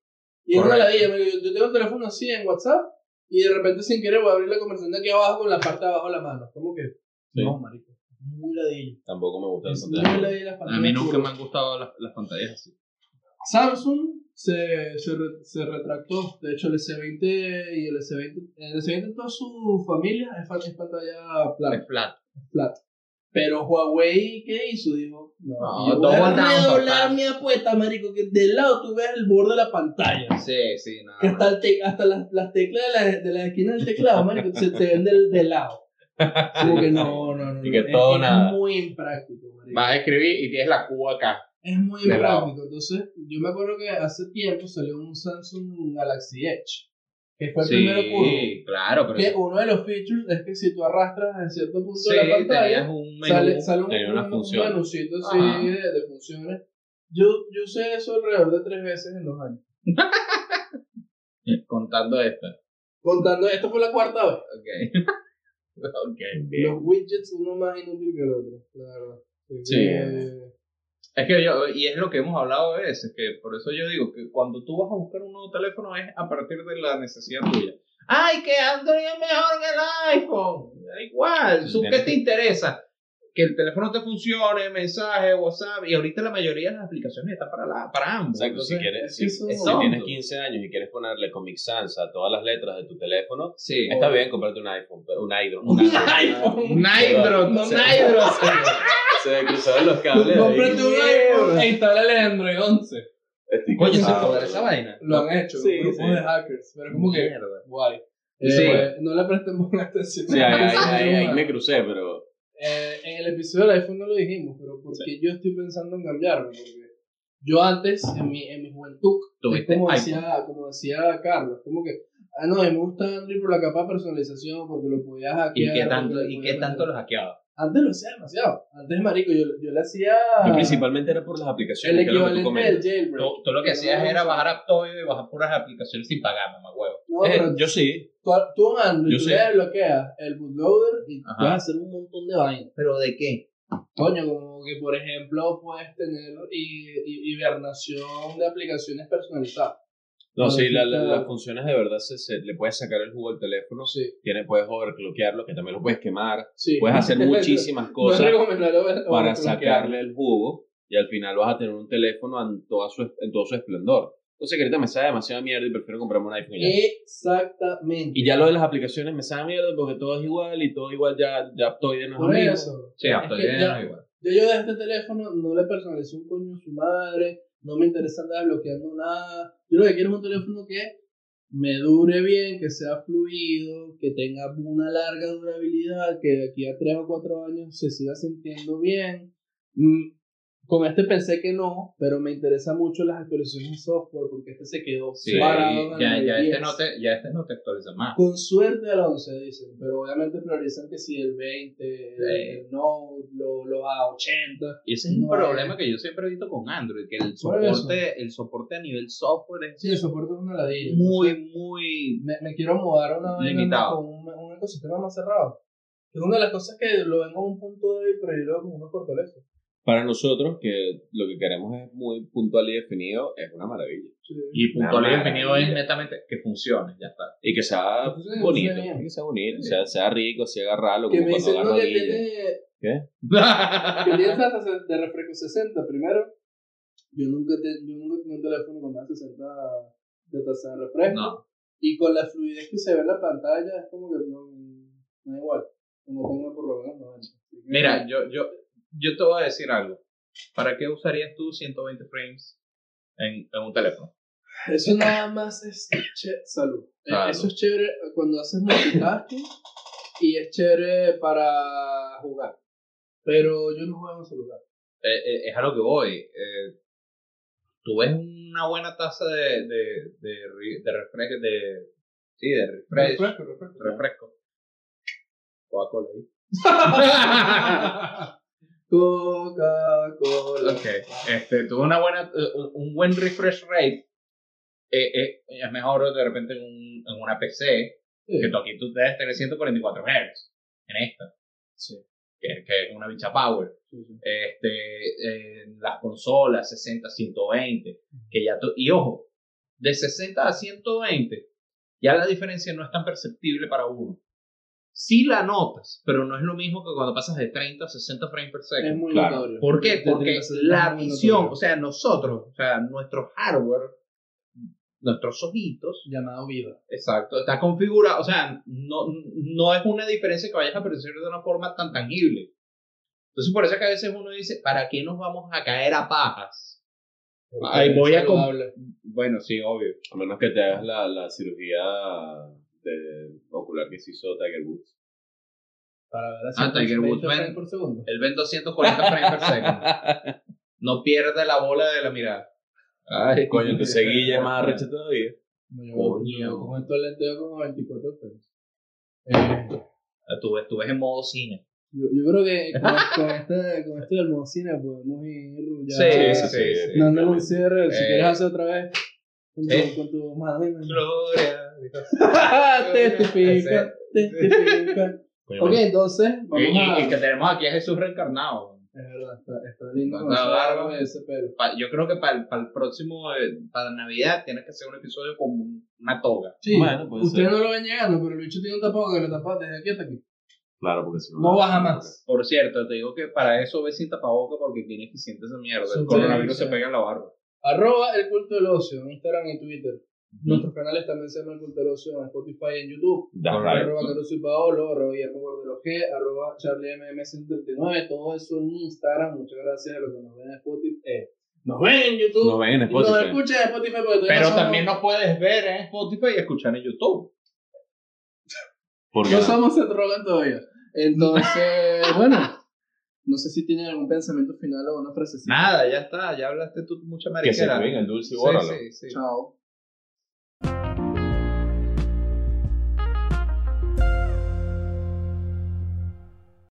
Y es una Correcto. ladilla, marico. yo, yo tengo el teléfono así en WhatsApp y de repente sin querer voy a abrir la conversación de aquí abajo con la parte de abajo de la mano. ¿Cómo que? Sí. No, marico. Muy ladilla. Tampoco me gusta el Es muy contenido. ladilla la pantalla. A mí nunca me han gustado las, las pantallas así. Samsung se, se, re- se retractó. De hecho, el S20 y el S20, el S20 en toda su familia es, fa- es pantalla plana. Es flat. plata. Pero Huawei, ¿qué hizo? Dijo, no, No, yo voy a double down, redoblar papá. mi apuesta, marico, que del lado tú ves el borde de la pantalla. Sí, sí, nada. Que hasta, el te- hasta las, las teclas de la, de la esquina del teclado, marico, se te ven del, del lado. Como que no, no, no. Y que no, es- todo es, nada. muy impráctico, marico. Vas a escribir y tienes la cuba acá. Es muy De lado. impráctico. Entonces, yo me acuerdo que hace tiempo salió un Samsung Galaxy Edge. Que fue el primero curvo. claro, pero Que uno de los features es que si tú arrastras en cierto punto sí, de la pantalla, tenías un menú. sale, sale un, tenía un, unas un funciones. menucito Ajá. así de, de funciones. Yo, yo usé eso alrededor de tres veces en dos años. Contando esta. Contando, esta fue la cuarta vez. Ok. [LAUGHS] ok, bien. Los widgets, uno más inútil que el otro, la verdad. Así Sí. que- Es que yo, y es lo que hemos hablado a veces, que por eso yo digo que cuando tú vas a buscar un nuevo teléfono es a partir de la necesidad tuya. ¡Ay, que Android es mejor que el iPhone! Da igual, ¿tú qué te interesa? Que el teléfono te funcione, mensaje, WhatsApp, y ahorita la mayoría de las aplicaciones están para, la, para ambos. Exacto, si Entonces, quieres, es si, que eso- si Exacto. tienes 15 años y quieres ponerle Comic Sans a todas las letras de tu teléfono, Sí. está bien comprarte un iPhone, pero- un iPhone, [LAUGHS] Un un iPhone. [LAUGHS] iPhone. Nightdrop, no [LAUGHS] Sí. Nightdrop. Se me cruzaron los cables. ahí. Cómprate un iPhone e instala el Android 11. Estoy Coño, se cansado, podrá esa bro. vaina. Lo han hecho, Sí, grupos sí. de hackers. Pero como que, Mierda. guay. Eh, Sí. pues, no le prestemos atención. Sí, ahí, ahí- ahí- [LAUGHS] ahí me crucé, pero Eh, en el episodio del iPhone no lo dijimos, pero porque yo estoy pensando en cambiarme. Porque yo antes, en mi, en mi juventud, es Tuviste como iPhone. decía, como decía Carlos, como que, ah, no, me gusta Android por la capa de personalización, porque lo podías ¿Y hackear. qué tanto, porque y lo qué podías tanto meter. los hackeaba? Antes lo hacía demasiado. Antes, marico, yo, yo le hacía yo principalmente era por las Ah. el aplicaciones. que es lo que tú equivalente del comentas. jailbreak. Tú, tú lo que hacías era bajar Aptoide y bajar puras aplicaciones sin pagar, mamá huevo. No, Eh, pero yo sí. tú, tú en Android, Yo tú sé. le desbloqueas el bootloader y Ajá. puedes hacer un montón de vainas. ¿Pero de qué? Coño, como que por ejemplo puedes tener hi- hi- hibernación de aplicaciones personalizadas. No, Ah, sí, sí, la- la- claro. las funciones de verdad se, se- le puedes sacar el jugo al teléfono. Sí, Tiene, puedes overclockearlo, que también lo puedes quemar. sí. Puedes hacer [LAUGHS] muchísimas No cosas es recomendable ver- [LAUGHS] para ver- sacarle el jugo y al final vas a tener un teléfono en, toda su, en todo su esplendor. Entonces, que ahorita me sabe demasiada mierda y prefiero comprarme un iPhone. y Eh, ya. Exactamente. Y ya lo de las aplicaciones me sabe mierda porque todo es igual y todo igual ya, ya estoy de nuevo. Por eso. Sí, apto, que ya ya- no igual. Yo yo de este teléfono no le personalicé un coño a su madre, no me interesa andar bloqueando nada. Yo lo que quiero es un teléfono que me dure bien, que sea fluido, que tenga una larga durabilidad, que de aquí a 3 o 4 años se siga sintiendo bien. Mm, Con este pensé que no, pero me interesan mucho las actualizaciones de software porque este se quedó Sí, parado. en ya, el ya, este 10. no te, ya este no te actualiza más. Con suerte al 11, dicen, pero obviamente priorizan que si el 20, Sí. el Note, lo, lo A80. Y ese es un No, problema que yo siempre he visto con Android, que el Por eso. soporte, el soporte a nivel software es Sí, el soporte es una ladilla. muy, O muy... sea, me, me quiero mudar a una vaina Limitado. con un, un ecosistema más cerrado. Es una de las cosas que lo ven como un punto débil, pero yo lo veo como una fortaleza. Para nosotros, que lo que queremos es muy puntual y definido, es una maravilla. Sí. Y puntual y Una definido es maravilla. netamente que funcione, ya [LAUGHS] está. Y que sea Sí, sí, bonito, sí, bien. que sea bonito, sea, sea rico, así agarrarlo, Que como me cuando dicen, no, agarro que anillo. tiene, que tiene hasta se- de refresco 60 primero. Yo nunca, te, yo nunca tenía un teléfono con más de 60 de tasa de refresco. No. Y con la fluidez que se ve en la pantalla, es como que no, no da igual. No tengo por lo menos 90. Así que- Mira, yo, yo, yo te voy a decir algo. ¿Para qué usarías tú 120 frames en, en un teléfono? Eso nada más es che- salud. Eh, Salud. Eso es chévere cuando haces multitasking y es chévere para jugar. Pero yo no juego en celular. Eh, eh, es a lo que voy. eh, tú ves una buena tasa de, de, de, re- de refresco. De, sí, de refresh, refresco. Refresco, refresco. [LAUGHS] Coca-Cola ahí. [LAUGHS] Coca-Cola. Ok, este, tuvo una buena, eh, un- un buen refresh rate. eh, eh, es mejor de repente en, un- en una PC, Sí. que tú aquí tú debes tener 144 Hz en esta. Que, que es una bicha power. Sí, sí. Este, en las consolas 60, 120. Que ya tú- y ojo, de 60 a 120, ya la diferencia no es tan perceptible para uno. Sí la notas, pero no es lo mismo que cuando pasas de 30 a 60 frames per second. Es muy Claro. notorio. ¿Por qué? Te Porque tienes que hacer la muy visión, notorio. o sea, nosotros, o sea, nuestro hardware, nuestros ojitos, Llamado vida. exacto, está configurado, o sea, no, no es una diferencia que vayas a percibir de una forma tan tangible. Entonces, por eso es que a veces uno dice, ¿para qué nos vamos a caer a pajas? Porque Ay, es voy a com- saludable. Bueno, sí, obvio. A menos que te hagas la, la cirugía de ocular que se hizo Tiger Woods. Para ver Ah, Tiger Woods, ven. por segundo. Él ve en 240 frames per segundo. No pierde la bola de la mirada. Ay, Coño, entonces Guilla es más arrecho todavía. No, yo, Coño. yo con esto lente veo como 24 pesos. Eh, Ah, Tú ves, tú ves en modo cine. yo, yo creo [LAUGHS] que con, con, este, con esto del Mocina podemos ir pues, Sí, ya. sí, sí, sí. No, no, un cierre. Si Eh. quieres hacer otra vez. Con tu, Eh. con tu madre. [LAUGHS] Gloria. testifica, testifica. Coño, Ok, entonces, Y, vamos y- a. y que tenemos aquí a Jesús reencarnado. Es verdad, está, está lindo. Con con la esa barba. y Ese pelo. Pa- yo creo que para el, próximo, eh, para Navidad, tiene que ser un episodio con una toga. Sí, Bueno, puede ustedes ser. no lo ven llegando, pero el bicho tiene un tapado que lo tapa desde aquí hasta aquí. Claro, porque Ah, si no. No baja más. Por cierto, te digo que para eso ve sin tapaboca porque qué ineficiente esa mierda. Sí, El coronavirus sí. se pega en la barba. Arroba el culto del ocio en Instagram y Twitter. Nuestros canales también se llaman el culto del ocio en Spotify y en YouTube. Da right. Arroba Caruso y Paolo, arroba Guillermo Cordero G, arroba CharlieMM139. Todo eso en Instagram. Muchas gracias a los que nos ven en Spotify. eh, nos ven en YouTube. Nos ven en Y Nos Spotify. escuchan en Spotify porque todavía Pero no somos- también nos puedes ver en Spotify y escuchar en YouTube. Porque No somos se drogan todavía. Entonces, [LAUGHS] bueno, no sé si tienen algún pensamiento final o una frasecita. Nada, ya está, ya hablaste tú mucha que se mariquera. cuiden el dulce Sí, y bórralo. sí, sí. Chao.